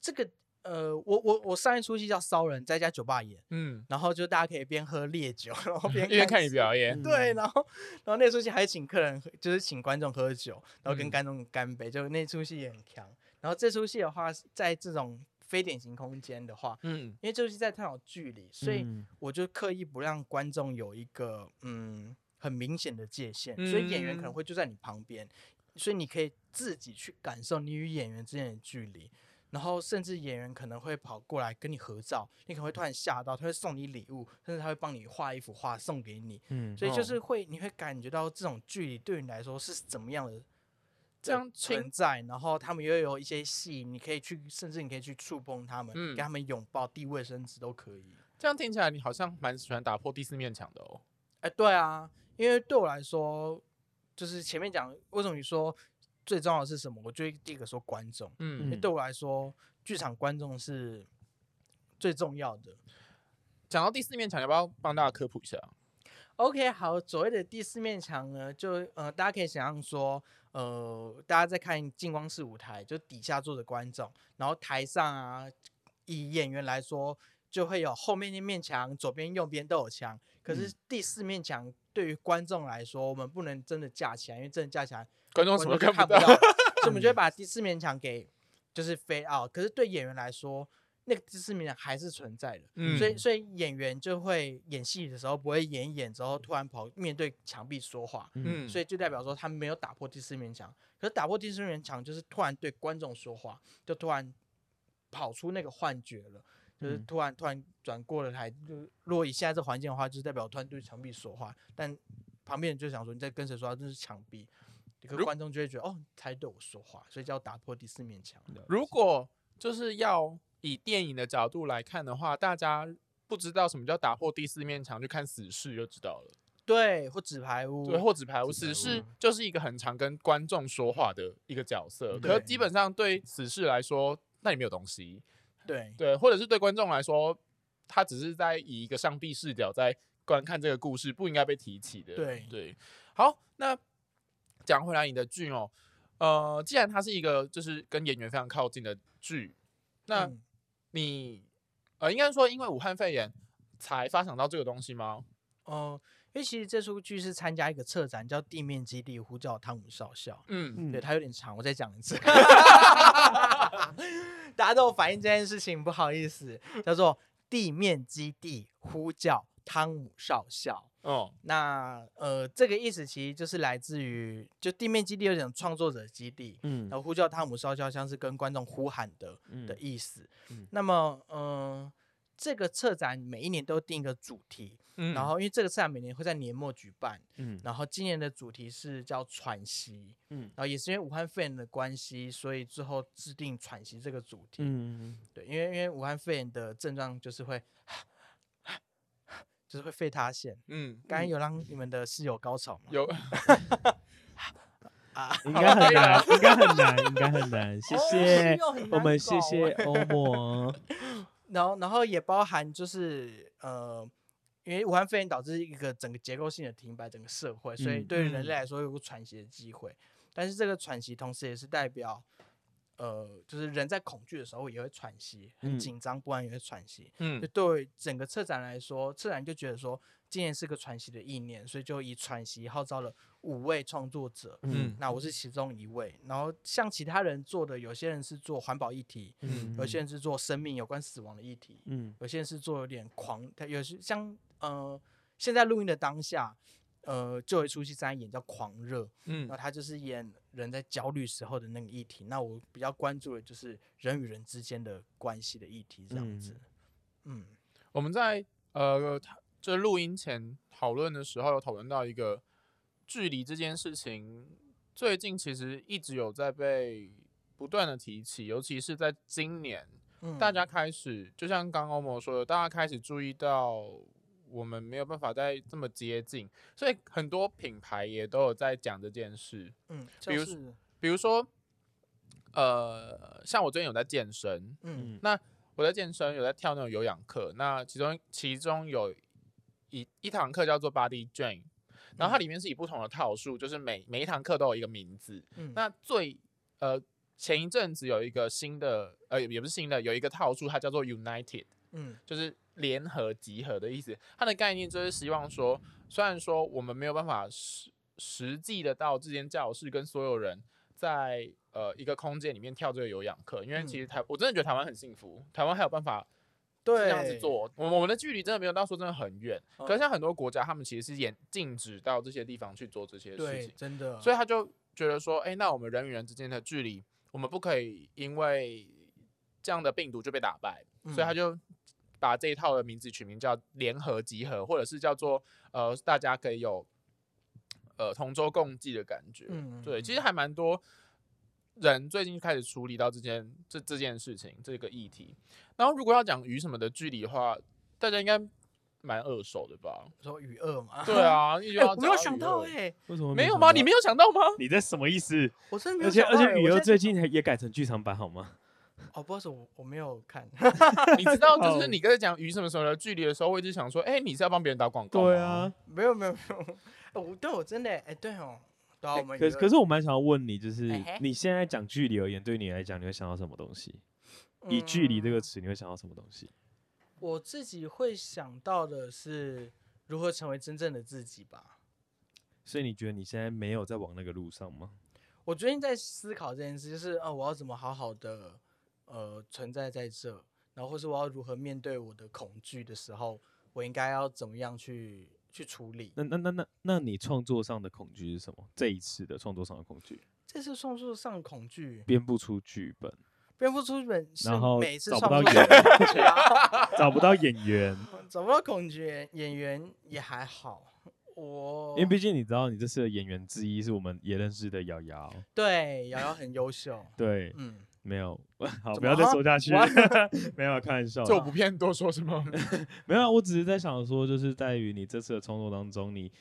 Speaker 2: 这个呃，我我我上一出戏叫《骚人》，在一家酒吧演，
Speaker 3: 嗯，
Speaker 2: 然后就大家可以边喝烈酒，然后边
Speaker 3: 因为看你
Speaker 2: 戏
Speaker 3: 表演，
Speaker 2: 对，
Speaker 1: 嗯
Speaker 2: 然后然后那出戏还请客人喝，就是请观众喝酒，然后
Speaker 3: 嗯
Speaker 2: 跟观众干杯，就那出戏也很强。然后这出戏的话，在这种非典型空间的话，
Speaker 3: 嗯
Speaker 2: 因为这出戏在探讨距离，所以
Speaker 1: 嗯
Speaker 2: 我就刻意不让观众有一个嗯很明显的界限，所以演员可能
Speaker 3: 嗯
Speaker 2: 会就在你旁边，所以你可以自己去感受你与演员之间的距离。然后甚至演员可能会跑过来跟你合照，你可能会突然吓到，他会送你礼物，甚至他会帮你画一幅画送给你，
Speaker 1: 嗯
Speaker 2: 所以就
Speaker 3: 哦
Speaker 2: 是会你会感觉到这种距离对你来说是怎么样的
Speaker 3: 这样亲
Speaker 2: 存在，然后他们又有一些戏，你可以去，甚至你可以去触碰他们，
Speaker 3: 嗯
Speaker 2: 给他们拥抱、递卫生纸都可以。
Speaker 3: 这样听起来你好像蛮喜欢打破第四面墙的哦。
Speaker 2: 哎、对啊，因为对我来说，就是前面讲为什么你说最重要的是什么，我就会第一个说观众，因为
Speaker 3: 嗯，
Speaker 1: 嗯
Speaker 2: 对我来说，剧场观众是最重要的。
Speaker 3: 讲到第四面墙，要不要帮大家科普一下？
Speaker 2: OK，好，所谓的第四面墙呢，就呃，大家可以想象说，呃，大家在看进光式舞台，就底下坐着观众，然后台上啊，以演员来说，就会有后面那面墙，左边右边都有墙。可
Speaker 3: 嗯
Speaker 2: 是第四面墙对于观众来说，我们不能真的架起来，因为真的架起来，
Speaker 3: 观众
Speaker 2: 观
Speaker 3: 什
Speaker 2: 众
Speaker 3: 么
Speaker 2: 就
Speaker 3: 都看
Speaker 2: 看
Speaker 3: 到嗯
Speaker 2: 到，，所以我们就会把第四面墙给就是 fade out。可是对演员来说，那个第四面墙还是存在的。
Speaker 3: 嗯
Speaker 2: 所以所以演员就会演戏的时候不会演一演之后突然跑面对墙壁说话，
Speaker 1: 嗯
Speaker 3: 嗯，
Speaker 2: 所以就代表说他没有打破第四面墙。可是打破第四面墙就是突然对观众说话，就突然跑出那个幻觉了。就是
Speaker 1: 嗯
Speaker 2: 突然突然转过了台，就是如果以现在这环境的话，就是代表我突然对墙壁说话，但旁边人就想说你在跟谁说话，这是墙壁，可是
Speaker 3: 如
Speaker 2: 观众就会觉得哦，你才对我说话，所以叫打破第四面墙。
Speaker 3: 如果就是要以电影的角度来看的话，大家不知道什么叫打破第四面墙，就看死侍就知道了。
Speaker 2: 对，或纸牌屋，
Speaker 3: 对，或纸牌屋，
Speaker 1: 纸牌
Speaker 3: 死
Speaker 1: 屋
Speaker 3: 侍就是一个很常跟观众说话的一个角色，
Speaker 1: 嗯
Speaker 3: 可是
Speaker 2: 对
Speaker 3: 基本上对死侍来说，那里没有东西。
Speaker 2: 对
Speaker 3: 对，或者是对观众来说，他只是在以一个上帝视角在观看这个故事，不应该被提起的。
Speaker 2: 对
Speaker 3: 对，好，那讲回来你的剧哦，呃，既然它是一个就是跟演员非常靠近的剧，那
Speaker 2: 嗯
Speaker 3: 你、呃，应该说因为武汉肺炎才发想到这个东西吗？
Speaker 2: 哦，因为其实这出剧是参加一个策展，叫《地面基地呼叫汤姆少校》。
Speaker 3: 嗯，
Speaker 2: 对，
Speaker 1: 嗯
Speaker 2: 它有点长，我再讲一 次。大家都有反映这件事情，不好意思，叫做地面基地呼叫汤姆少校。
Speaker 3: 哦，
Speaker 2: 那呃，这个意思其实就是来自于，就地面基地有点创作者基地，
Speaker 1: 嗯
Speaker 2: 然后呼叫汤姆少校像是跟观众呼喊的
Speaker 1: 嗯
Speaker 2: 的意思。
Speaker 1: 嗯
Speaker 2: 那么，嗯、这个策展每一年都定一个主题，
Speaker 3: 嗯
Speaker 2: 然后因为这个策展每年会在年末举办，
Speaker 1: 嗯
Speaker 2: 然后今年的主题是叫喘息，
Speaker 1: 嗯
Speaker 2: 然后也是因为武汉肺炎的关系，所以最后制定喘息这个主题。
Speaker 1: 嗯
Speaker 2: 对，因为因为武汉肺炎的症状就是会，就是会肺塌陷。
Speaker 3: 嗯，
Speaker 2: 刚才有让你们的室友高潮吗？
Speaker 3: 有
Speaker 2: 啊，
Speaker 1: 应该很难，应该很难，应该很难。谢谢，
Speaker 2: 哦室友很
Speaker 1: 我
Speaker 2: 难
Speaker 1: 们谢
Speaker 2: 搞啊
Speaker 1: 谢欧莫。
Speaker 2: 然后然后也包含就是呃，因为武汉肺炎导致一个整个结构性的停摆，整个社会，所以
Speaker 1: 嗯
Speaker 2: 对于人类
Speaker 3: 嗯
Speaker 2: 来说有个喘息的机会。但是这个喘息同时也是代表，呃，就是人在恐惧的时候也会喘息，很
Speaker 1: 嗯
Speaker 2: 紧张不安也会喘息。
Speaker 3: 嗯
Speaker 2: 就对于整个策展来说，策展就觉得说今年是个喘息的一年，所以就以喘息号召了五位创作者。
Speaker 1: 嗯
Speaker 2: 那我是其中一位，然后像其他人做的，有些人是做环保议题，
Speaker 1: 嗯，
Speaker 2: 有些人是做生命有关死亡的议题，
Speaker 1: 嗯
Speaker 2: 有些人是做有点狂，他有些像呃，现在录音的当下，呃，就有一出戏在演叫《狂热》，
Speaker 3: 嗯
Speaker 2: 那他就是演人在焦虑时候的那个议题。那我比较关注的就是人与人之间的关系的议题，这样子。嗯，
Speaker 3: 我们在呃，他就是录音前讨论的时候，有讨论到一个距离这件事情，最近其实一直有在被不断的提起，尤其是在今年，
Speaker 2: 嗯
Speaker 3: 大家开始就像刚欧某说的，大家开始注意到我们没有办法再这么接近，所以很多品牌也都有在讲这件事。
Speaker 2: 嗯，
Speaker 3: 比
Speaker 2: 就
Speaker 3: 如
Speaker 2: 是
Speaker 3: 比如说，呃，像我最近有在健身，
Speaker 2: 嗯
Speaker 1: 嗯
Speaker 3: 我在健身，有在跳那种有氧课。那其中其中有一一堂课叫做 Body Drain，然后它里面是以不同的套数，就是每每一堂课都有一个名字。
Speaker 2: 嗯，
Speaker 3: 那最呃前一阵子有一个新的呃也不是新的，有一个套数它叫做 United，
Speaker 2: 嗯
Speaker 3: 就是联合集合的意思。它的概念就是希望说，虽然说我们没有办法实实际的到这间教室跟所有人在呃一个空间里面跳这个有氧课，因为其
Speaker 2: 嗯
Speaker 3: 实台、我真的觉得台湾很幸福，台湾还有办法
Speaker 2: 对，
Speaker 3: 这样子，做，我们我们的距离真的没有到说真的很远。
Speaker 2: 嗯
Speaker 3: 可是像很多国家，他们其实是严禁止到这些地方去做这些事
Speaker 2: 对，
Speaker 3: 情，
Speaker 2: 真的，
Speaker 3: 所以
Speaker 2: 以
Speaker 3: 他就觉得说，哎、那我们人与人之间的距离，我们不可以因为这样的病毒就被打败，所以他
Speaker 2: 嗯
Speaker 3: 就把这一套的名字取名叫联合集合，或者是叫做呃，大家可以有呃同舟共济的感觉。
Speaker 2: 嗯
Speaker 3: 对，
Speaker 2: 嗯
Speaker 3: 其实还蛮多人最近开始处理到这件这这件事情这个议题。然后如果要讲鱼什么的距离的话，大家应该蛮二手的吧？
Speaker 2: 说与恶嘛。
Speaker 3: 对啊，一直
Speaker 2: 哎，
Speaker 3: 要
Speaker 2: 我没有
Speaker 3: 讲
Speaker 2: 想
Speaker 3: 鱼
Speaker 2: 到
Speaker 3: 了
Speaker 2: 哎、
Speaker 1: 为什么
Speaker 3: 没有吗？你没
Speaker 1: 们
Speaker 3: 有想到吗？
Speaker 1: 你这什么意思？
Speaker 2: 我真的没有
Speaker 1: 而且
Speaker 2: 想到、
Speaker 1: 而
Speaker 2: 欸。
Speaker 1: 且雨
Speaker 2: 我
Speaker 1: 儿
Speaker 2: 现在
Speaker 1: 最近还也改成剧场版好吗？
Speaker 2: 哦，不好意思，我我没有看。
Speaker 3: 你知道， 就是
Speaker 1: 哦
Speaker 3: 你刚才讲鱼什么什么的距离的时候，我一直想说，哎、你是要帮别人打广告？，，
Speaker 2: 没有没有没有， 哎我对我真的哎、对哦，对啊，我们
Speaker 1: 可是可
Speaker 2: 是
Speaker 1: 是我蛮想要问你，就是
Speaker 2: 哎嘿
Speaker 1: 你现在讲距离而言，对你来讲，你会想到什么东西？
Speaker 2: 嗯
Speaker 1: 以距离这个词，你会想到什么东西？
Speaker 2: 我自己会想到的是如何成为真正的自己吧。
Speaker 1: 所以你觉得你现在没有在往那个路上吗？
Speaker 2: 我最近在思考这件事，就是呃，我要怎么好好的呃存在在这，然后或是我要如何面对我的恐惧的时候，我应该要怎么样去去处理。
Speaker 1: 那那那那那你创作上的恐惧是什么？这一次的创作上的恐 惧，
Speaker 2: 这次创作上的恐惧，
Speaker 1: 编不出剧本，
Speaker 2: 蝙蝠出本是
Speaker 1: 然后
Speaker 2: 每次
Speaker 1: 找
Speaker 2: 创
Speaker 1: 不
Speaker 2: 作
Speaker 1: 到
Speaker 2: 都
Speaker 1: 演
Speaker 2: 有恐
Speaker 1: 员
Speaker 2: 惧啊。
Speaker 1: 找不到演 员，
Speaker 2: 找不到恐惧演演员也还好，我
Speaker 1: 因为毕竟你知道，你这次的演员之一是我们也认识的瑶瑶。
Speaker 2: 对瑶瑶很优秀，
Speaker 1: 对，
Speaker 2: 嗯，
Speaker 1: 没有， 好，
Speaker 2: 怎
Speaker 1: 不要
Speaker 2: 么
Speaker 1: 再
Speaker 2: 了
Speaker 1: 说下去
Speaker 2: 我，
Speaker 1: 没有开玩笑的，
Speaker 3: 这我不骗，多说什么？
Speaker 1: 没有，啊我只是在想说，就是在于你这次的创作当中，你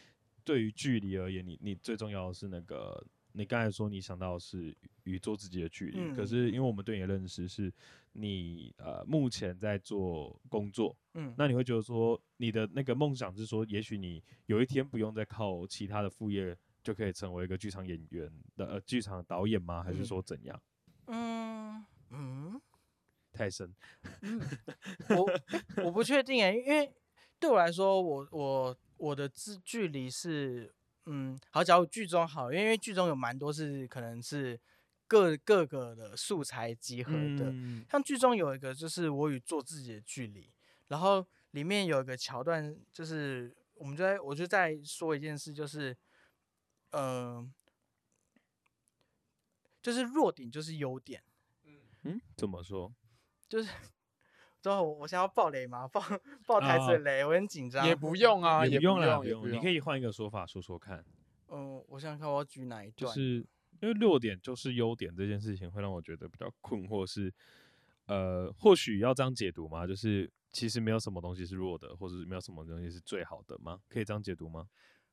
Speaker 1: 对于距离而言，你你最重要的是那个，你刚才说你想到的是与做自己的距离，可
Speaker 2: 嗯
Speaker 1: 是因为我们对你的认识是你呃目前在做工作，
Speaker 2: 嗯，
Speaker 1: 那你会觉得说你的那个梦想是说，也许你有一天不用再靠其他的副业。就可以成为一个剧场演员的呃剧场导演吗？还是
Speaker 2: 嗯
Speaker 1: 说怎样？
Speaker 2: 嗯嗯，
Speaker 1: 太深，
Speaker 2: 我我不确定哎，因为对我来说，我我我的自距离是嗯，好，假如剧中好，因为剧中有蛮多是可能是各各个的素材集合的，
Speaker 1: 嗯
Speaker 2: 像剧中有一个就是我与做自己的距离，然后里面有一个桥段，就是我们就在我就在说一件事，就是，呃，就是弱点就是优点，
Speaker 1: 嗯，怎么说？
Speaker 2: 就是。之后我想要爆雷吗？爆爆台词
Speaker 1: 啊
Speaker 2: 的雷，我很紧张。
Speaker 3: 也不用啊，
Speaker 1: 也
Speaker 3: 也
Speaker 1: 不用啦，
Speaker 3: 不也不
Speaker 1: 你可以换一个说法说说看。
Speaker 2: 嗯，我想想看我要举哪一
Speaker 1: 就
Speaker 2: 段。
Speaker 1: 是因为六点就是优点这件事情，会让我觉得比较困惑是，呃，或许要这样解读吗？就是其实没有什么东西是弱的，或者是没有什么东西是最好的吗？可以这样解读吗？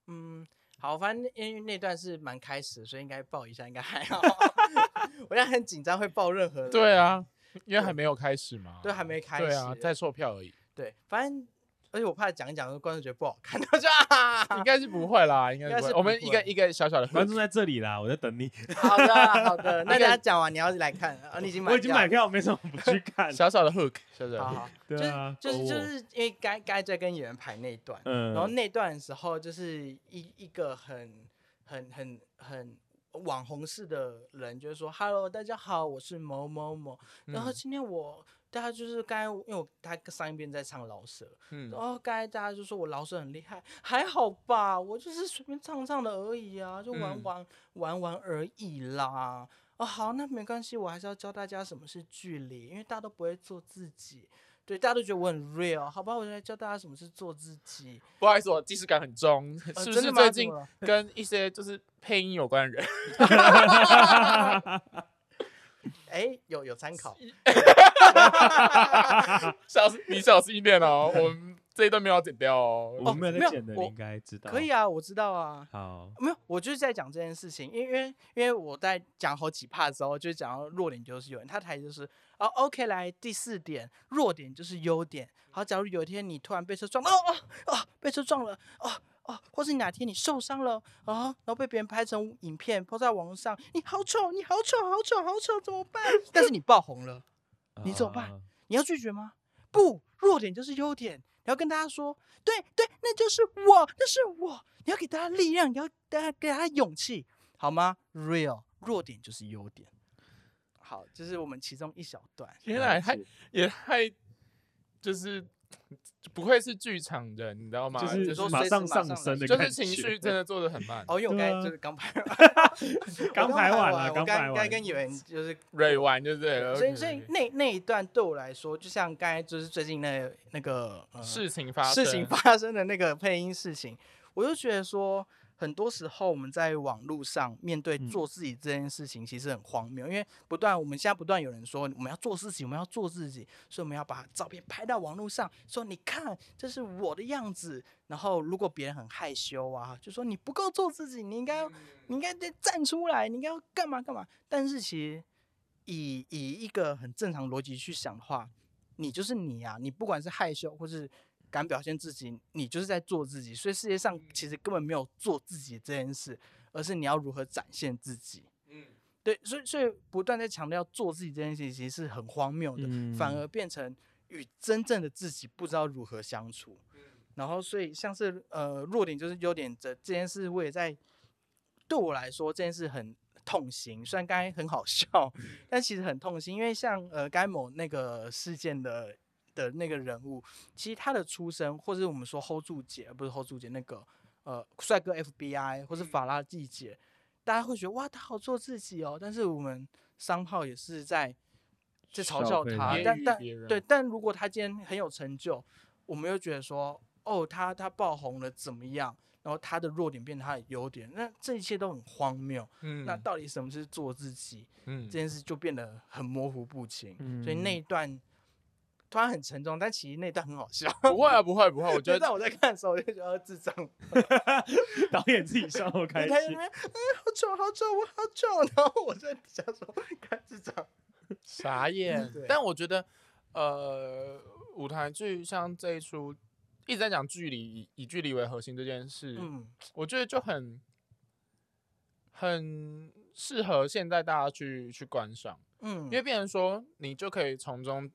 Speaker 2: 嗯，好，反正因为那段是蛮开始的，所以应该爆一下，应该 还好。我现在很紧张，会爆任何雷。
Speaker 3: 对啊，因为还没有开始嘛。
Speaker 2: 对还没开
Speaker 3: 对啊，
Speaker 2: 始
Speaker 3: 在售票而已，
Speaker 2: 对，反正而且我怕讲一讲，观众觉得不好看， 他就啊
Speaker 3: 应，该是不会啦，应该
Speaker 2: 应该
Speaker 3: 不会
Speaker 2: 是
Speaker 3: 我
Speaker 2: 不
Speaker 3: 们一个
Speaker 2: 会
Speaker 3: 一个小小的
Speaker 1: 观众在这里啦，我在等你，
Speaker 2: 好的好的， 那
Speaker 3: 那个
Speaker 2: 大家讲完你要来看啊，你已经买，
Speaker 1: 我已经买，票，没什么不 去看。
Speaker 3: 小小的 hook，小小的
Speaker 2: 好
Speaker 3: hook。
Speaker 2: 好，就
Speaker 1: 对啊
Speaker 2: 是，就是就
Speaker 1: 哦
Speaker 2: 是因为该该在跟演员排那一段，然后
Speaker 1: 嗯，
Speaker 2: 那段的时候就是一一个很很很很。网红式的人就是说，Hello，大家好，我是某某某。然
Speaker 3: 嗯
Speaker 2: 后今天我，大家就是刚才，因为我他上一遍在唱老舍，
Speaker 3: 嗯
Speaker 2: 然，后刚才哦大家就说我老师很厉害，还好吧，我就是随便唱唱的而已啊，就玩
Speaker 3: 嗯
Speaker 2: 玩、玩玩而已啦。哦，好，那没关系，我还是要教大家什么是距离，因为大家都不会做自己，对，大家都觉得我很 real，好吧，我就来教大家什么是做自己。
Speaker 3: 不好意思，我即视感很重，是不
Speaker 2: 呃真
Speaker 3: 是
Speaker 2: 的吗
Speaker 3: 最
Speaker 2: 怎
Speaker 3: 近
Speaker 2: 么了
Speaker 3: 跟一些就是配音有关的人？
Speaker 2: 哎，有有参考，
Speaker 3: 小心，你小心一点哦，我 们这一段没有剪掉哦。
Speaker 1: 我没有
Speaker 2: 没
Speaker 1: 在
Speaker 2: 有
Speaker 1: 剪的，你
Speaker 2: 我
Speaker 1: 应该知道。
Speaker 2: 可以啊，我知道啊。
Speaker 1: 好，
Speaker 2: 没有，我就是在讲这件事情，因为因为我在讲好几 part 之后，就讲到弱点就是优点，他台词就是哦，OK，来第四点，弱点就是优点。好，假如有一天你突然被车撞了，哦哦哦，被车撞了，哦哦，或是你哪天你受伤了啊、然后被别人拍成影片抛在网络上，你好丑，你好丑，好丑，好丑，怎么办？但是你爆红了，你怎么办
Speaker 1: 啊？
Speaker 2: 你要拒绝吗？不，弱点就是优点。你要跟大家说，对对，那就是我，那是我。你要给大家力量，你要大家给大家勇气，好吗？Real，弱点就是优点。
Speaker 1: 啊
Speaker 2: 好，这是我们其中一小段。
Speaker 3: 原来
Speaker 1: 了
Speaker 3: 还
Speaker 1: 解
Speaker 3: 也太就是不愧是剧场人，你知道吗？
Speaker 1: 就
Speaker 3: 就是
Speaker 2: 你说
Speaker 1: 马
Speaker 2: 随时
Speaker 1: 上
Speaker 2: 马
Speaker 1: 上
Speaker 2: 上
Speaker 1: 升的
Speaker 2: 来
Speaker 3: 就
Speaker 1: 感
Speaker 3: 是
Speaker 1: 觉，
Speaker 3: 情绪真的做的很慢。
Speaker 2: 哦，因为我刚
Speaker 1: 对
Speaker 2: 才
Speaker 1: 啊
Speaker 2: 就是刚拍我
Speaker 1: 刚排完了，
Speaker 2: 啊我
Speaker 1: 刚
Speaker 2: 刚
Speaker 1: 排
Speaker 2: 刚
Speaker 1: 完。
Speaker 2: 跟演员就是
Speaker 3: 蕊完就对了。
Speaker 2: 所以
Speaker 3: OK，
Speaker 2: 所以
Speaker 3: OK
Speaker 2: 那那一段对我来说，就像刚才就是最近那那个、呃、
Speaker 3: 嗯事情发
Speaker 2: 事情
Speaker 3: 生
Speaker 2: 发生的那个配音事情，我就觉得说，很多时候我们在网络上面对
Speaker 1: 嗯
Speaker 2: 做自己这件事情，其实很荒谬，因为不断我们现在不断有人说我们要做自己，我们要做自己，所以我们要把照片拍到网络上，说你看这是我的样子。然后如果别人很害羞啊，就说你不够做自己，你应
Speaker 3: 嗯
Speaker 2: 该要你应该得站出来，你应该要干嘛干嘛。但是其实以以一个很正常逻辑去想的话，你就是你啊，你不管是害羞或是敢表现自己，你就是在做自己。所以世界上其实根本没有做自己这件事，而是你要如何展现自己。对，所以所以不断在强调做自己这件事情，其实是很荒谬的，反
Speaker 1: 嗯
Speaker 2: 而变成与真正的自己不知道如何相处。然后，所以像是呃弱点就是优点这这件事，我也在对我来说这件事很痛心。虽然刚才很好笑，但其实很痛心，因为像呃该某那个事件的的那个人物，其实他的出身，或是我们说 hold 住姐，不是 hold 住姐那个呃帅哥 FBI
Speaker 3: 嗯
Speaker 2: 或是法拉季姐，大家会觉得哇他好做自己哦，但是我们商号也是在在嘲
Speaker 1: 笑
Speaker 2: 笑
Speaker 1: 对
Speaker 2: 他
Speaker 1: 揶，
Speaker 2: 但
Speaker 3: 揄
Speaker 2: 但
Speaker 3: 别人哦
Speaker 2: 对，但如果他今天很有成就，我们又觉得说哦他他爆红了怎么样？然后他的弱点变成他的优点，那这一切都很荒谬。
Speaker 3: 嗯
Speaker 2: 那到底什么是做自己？
Speaker 3: 嗯
Speaker 2: 这件事就变得很模糊不清。所以
Speaker 1: 嗯
Speaker 2: 那一段突然很沉重，但其实那一段很好笑。
Speaker 3: 不会啊，不会不会，我
Speaker 2: 我
Speaker 3: 觉
Speaker 2: 在
Speaker 3: 得
Speaker 2: 我在看的时候，我就觉得呃智障，
Speaker 1: 导演自己笑
Speaker 2: 他
Speaker 1: 得开
Speaker 2: 就在那
Speaker 1: 心。
Speaker 2: 边嗯好丑好丑我好丑， 然后我就在底下说看智障，
Speaker 3: 傻眼
Speaker 2: 嗯对。
Speaker 3: 但我觉得，呃，舞台剧像这一出一直在讲距离，以以距离为核心这件事，
Speaker 2: 嗯
Speaker 3: 我觉得就很很适合现在大家去去观赏。
Speaker 2: 嗯，
Speaker 3: 因为变成说，你就可以从中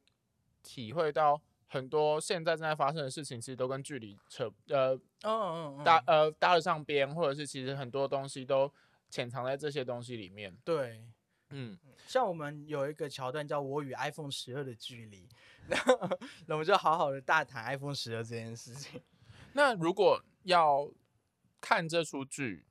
Speaker 3: 体会到很多现在正在发生的事情，其实都跟距离扯呃
Speaker 2: 嗯嗯
Speaker 3: 搭
Speaker 2: 嗯，
Speaker 3: 呃搭得上边，或者是其实很多东西都潜藏在这些东西里面。
Speaker 2: 对。
Speaker 3: 嗯，
Speaker 2: 像我们有一个桥段叫“我与 iPhone 十二的距离”，然后那我们就好好的大谈 iPhone 十二这件事情。
Speaker 3: 那如果要看这出剧，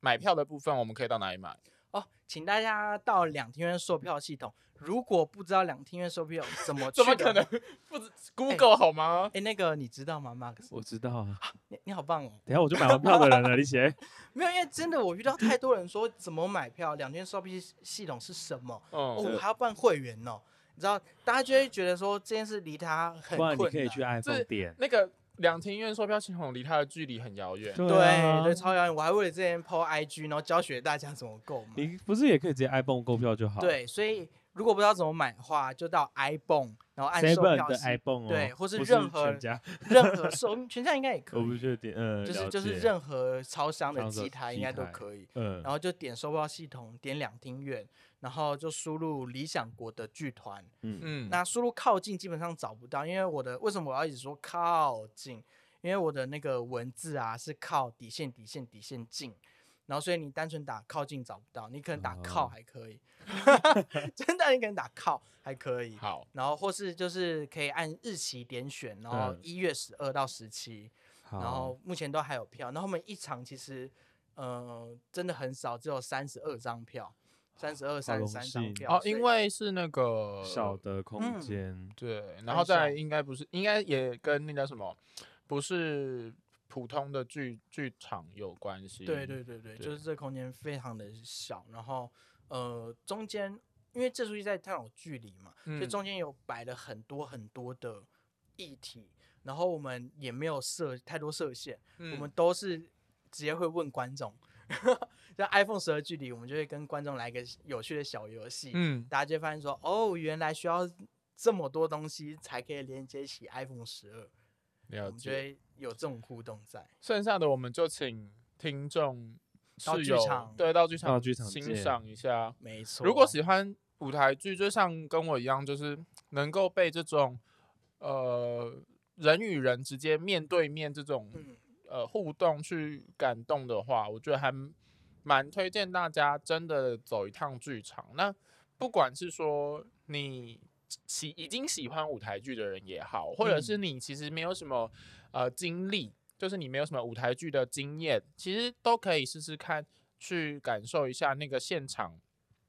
Speaker 3: 买票的部分我们可以到哪里买？
Speaker 2: 哦，请大家到两厅院售票系统。如果不知道两厅院售票怎么去
Speaker 3: 怎
Speaker 2: 的，
Speaker 3: 么可
Speaker 2: 哎
Speaker 3: 能？不止 Google 好吗？
Speaker 2: 哎，那个你知道吗，Max？
Speaker 1: 我知道啊，
Speaker 2: 你你好棒哦！
Speaker 1: 等一下哎我就买完票的人了，李姐。
Speaker 2: 没有，因为真的我遇到太多人说怎么买票，两天售票系统是什么？哦，
Speaker 3: 嗯，
Speaker 2: 我还要办会员哦。你知道，大家就会觉得说这件事离他 很
Speaker 1: 不然
Speaker 2: 困
Speaker 1: 你
Speaker 2: 难。
Speaker 1: 可以去 iPhone 店。
Speaker 3: 那个两厅院售票系统离它的距离很遥远。
Speaker 1: 对
Speaker 2: 对
Speaker 1: 啊
Speaker 2: 对，超遥远。我还为了这件 PO IG，然后教学大家怎么购买。
Speaker 1: 你不是也可以直接 iPhone 购票就好？
Speaker 2: 对，所以如果不知道怎么买的话，就到 iPhone，然后按售票
Speaker 1: ，Seven 的
Speaker 2: 系
Speaker 1: iPhone 哦，
Speaker 2: 对或是
Speaker 1: 不
Speaker 2: 任何
Speaker 1: 全家，
Speaker 2: 任何售全家应该也可
Speaker 1: 我不
Speaker 2: 以，
Speaker 1: 确定，嗯，
Speaker 2: 就是
Speaker 1: 了
Speaker 2: 就是
Speaker 1: 解
Speaker 2: 任何超商的
Speaker 1: 超商
Speaker 2: 机台应
Speaker 1: 机
Speaker 2: 该都
Speaker 1: 台
Speaker 2: 可以。
Speaker 1: 嗯，
Speaker 2: 然后就点收报系统，点两厅院，然后就输入理想国的剧团。
Speaker 3: 嗯，
Speaker 2: 那输入靠近基本上找不到，因为我的为什么我要一直说靠近？因为我的那个文字啊是靠底线底线底线近，然后所以你单纯打靠近找不到，你可能打靠
Speaker 1: 哦
Speaker 2: 还可以， 真的你可能打靠还可以。
Speaker 3: 好，
Speaker 2: 然后或是就是可以按日期点选，然后
Speaker 1: 嗯
Speaker 2: 一月十二到十七、
Speaker 1: 好，
Speaker 3: 哦
Speaker 2: 然后目前都还有票，然后我们一场其实，呃，真的很少，只有三十二张票，三十二、三
Speaker 1: 荣
Speaker 2: 十三张
Speaker 1: 幸
Speaker 2: 票。
Speaker 3: 哦，
Speaker 2: 所以
Speaker 3: 因为是那个
Speaker 1: 小的空
Speaker 2: 嗯
Speaker 1: 间，
Speaker 3: 对，
Speaker 2: 很
Speaker 3: 然后再来
Speaker 2: 少
Speaker 3: 应该不是，应该也跟那叫什么，不是普通的剧剧场有关系。
Speaker 2: 对对对对，
Speaker 3: 嗯
Speaker 2: 就
Speaker 3: 对
Speaker 2: 是这空间非常的小，然后呃，中间因为这出戏在探讨距离嘛，所以
Speaker 3: 嗯
Speaker 2: 中间有摆了很多很多的议题，然后我们也没有设太多设限，
Speaker 3: 嗯，
Speaker 2: 我们都是直接会问观众。 像 iPhone 十二距离，我们就会跟观众来一个有趣的小游戏，
Speaker 3: 嗯
Speaker 2: 大家就会发现说，哦，原来需要这么多东西才可以连接起 iPhone 十二，我
Speaker 3: 了
Speaker 2: 们就
Speaker 3: 解。
Speaker 2: 会有这种互动在。
Speaker 3: 剩下的我们就请听众
Speaker 2: 到
Speaker 3: 室
Speaker 2: 剧
Speaker 3: 友
Speaker 2: 场啊
Speaker 3: 对到剧场
Speaker 1: 到剧场
Speaker 3: 欣
Speaker 1: 见
Speaker 3: 赏一下。
Speaker 2: 没错，
Speaker 3: 如果喜欢舞台剧，就像跟我一样，就是能够被这种呃人与人直接面对面这种
Speaker 2: 嗯
Speaker 3: 呃互动去感动的话，我觉得还蛮推荐大家真的走一趟剧场。那不管是说你喜已经喜欢舞台剧的人也好，或者是你其实没有什么呃经历，就是你没有什么舞台剧的经验，其实都可以试试看，去感受一下那个现场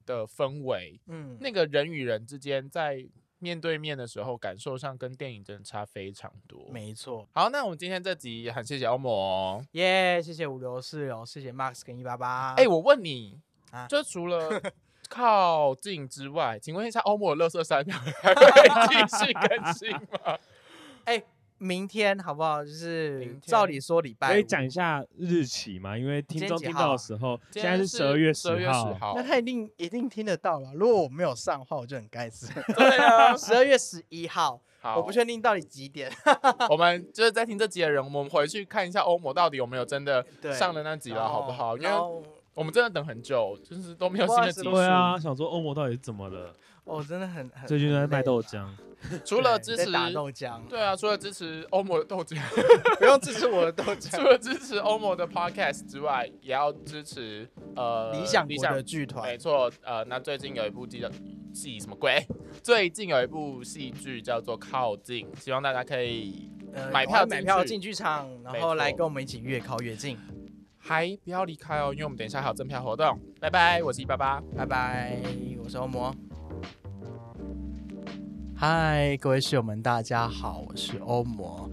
Speaker 3: 的氛围，
Speaker 2: 嗯，
Speaker 3: 那个人与人之间在面对面的时候，感受上跟电影真的差非常多。
Speaker 2: 没错，
Speaker 3: 好，那我们今天这集也很谢谢欧姆哦。
Speaker 2: 耶、谢谢五六四六，谢谢 Max 跟一八八，
Speaker 3: 哎、我问你，
Speaker 2: 啊
Speaker 3: 就除 了靠近之外，请问一下，欧姆的垃圾三秒 还会继续更新吗？
Speaker 2: 哎、明天好不好？就
Speaker 3: 明
Speaker 2: 是
Speaker 3: 天
Speaker 2: 照理说礼拜五，
Speaker 1: 可以讲一下日期吗？因为听
Speaker 2: 今天
Speaker 1: 众
Speaker 2: 几
Speaker 1: 听
Speaker 2: 号
Speaker 1: 到
Speaker 2: 啊
Speaker 1: 的时候，
Speaker 3: 今
Speaker 1: 现在
Speaker 3: 天
Speaker 1: 是
Speaker 3: 是
Speaker 1: 十二月
Speaker 3: 12
Speaker 1: 十
Speaker 3: 月10号
Speaker 2: 那他一定一定听得到了。如果我没有上的话，我就很该死。
Speaker 3: 对啊，
Speaker 2: 十二月十一号，
Speaker 3: 好，
Speaker 2: 我不确定到底几点。
Speaker 3: 我们就是在听这集的人，我们回去看一下欧姆到底有没有真的
Speaker 2: 对
Speaker 3: 上了那集了，
Speaker 2: 然
Speaker 3: 好
Speaker 2: 后
Speaker 3: 不好？因为
Speaker 2: 然后
Speaker 3: 我们真的等很久，就是都没有
Speaker 2: 不
Speaker 3: 新
Speaker 2: 好
Speaker 3: 的
Speaker 2: 意思
Speaker 3: 集
Speaker 1: 对
Speaker 3: 数。
Speaker 1: 啊，想说欧魔到底是怎么了？
Speaker 2: 我真的很很
Speaker 1: 最近都在
Speaker 2: 很
Speaker 1: 卖
Speaker 2: 累啊
Speaker 1: 豆
Speaker 2: 了
Speaker 1: 浆，
Speaker 3: 除了
Speaker 2: 对
Speaker 3: 支
Speaker 2: 在
Speaker 3: 持，
Speaker 2: 打豆浆，
Speaker 3: 对啊，除了支持欧姆的豆 浆，
Speaker 2: 不用支持我的豆
Speaker 3: 除
Speaker 2: 浆。
Speaker 3: 了支持欧姆的 podcast 之外，也要支持呃
Speaker 2: 理想
Speaker 3: 理
Speaker 2: 国的
Speaker 3: 想。
Speaker 2: 剧团
Speaker 3: 没，错，呃，那最近有一部剧叫戏什么鬼？ 最近有一部戏剧叫做《靠近》，希望大家可以
Speaker 2: 呃
Speaker 3: 买
Speaker 2: 赶
Speaker 3: 票
Speaker 2: 快买
Speaker 3: 进
Speaker 2: 票
Speaker 3: 去
Speaker 2: 进剧场，
Speaker 3: 没
Speaker 2: 然后来
Speaker 3: 错
Speaker 2: 跟我们一起越靠越近。
Speaker 3: 还不要离开哦，因为我们等一下还有赠票活动。拜拜，我是一八八。
Speaker 2: 拜拜，我是欧魔。嗨，各位室友们，大家好，我是欧魔。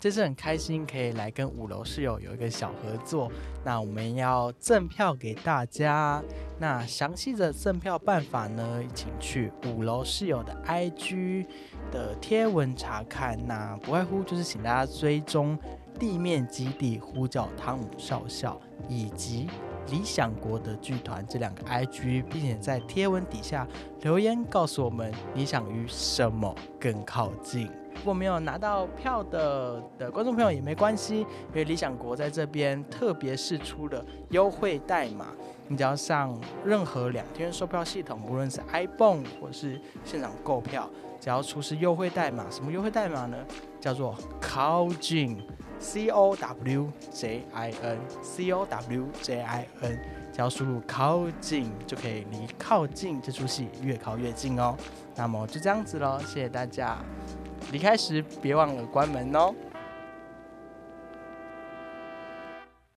Speaker 2: 这次很开心可以来跟五楼室友有一个小合作，那我们要赠票给大家。那详细的赠票办法呢，请去五楼室友的 IG 的贴文查看。那不外乎就是请大家追踪地面基地呼叫汤姆少校以及理想国的剧团这两个 IG，并且在贴文底下留言告诉我们你想与什么更靠近。如果没有拿到票的的观众朋友也没关系，因为理想国在这边特别试出了优惠代码，你只要上任何两天售票系统，无论是 iPhone 或是现场购票，只要出示优惠代码，什么优惠代码呢？叫做靠近 C O W J I N C O W J I N，只要输入靠近就可以离靠近这出戏越靠越近哦。那么就这样子喽，谢谢大家。离开时别忘了关门哦。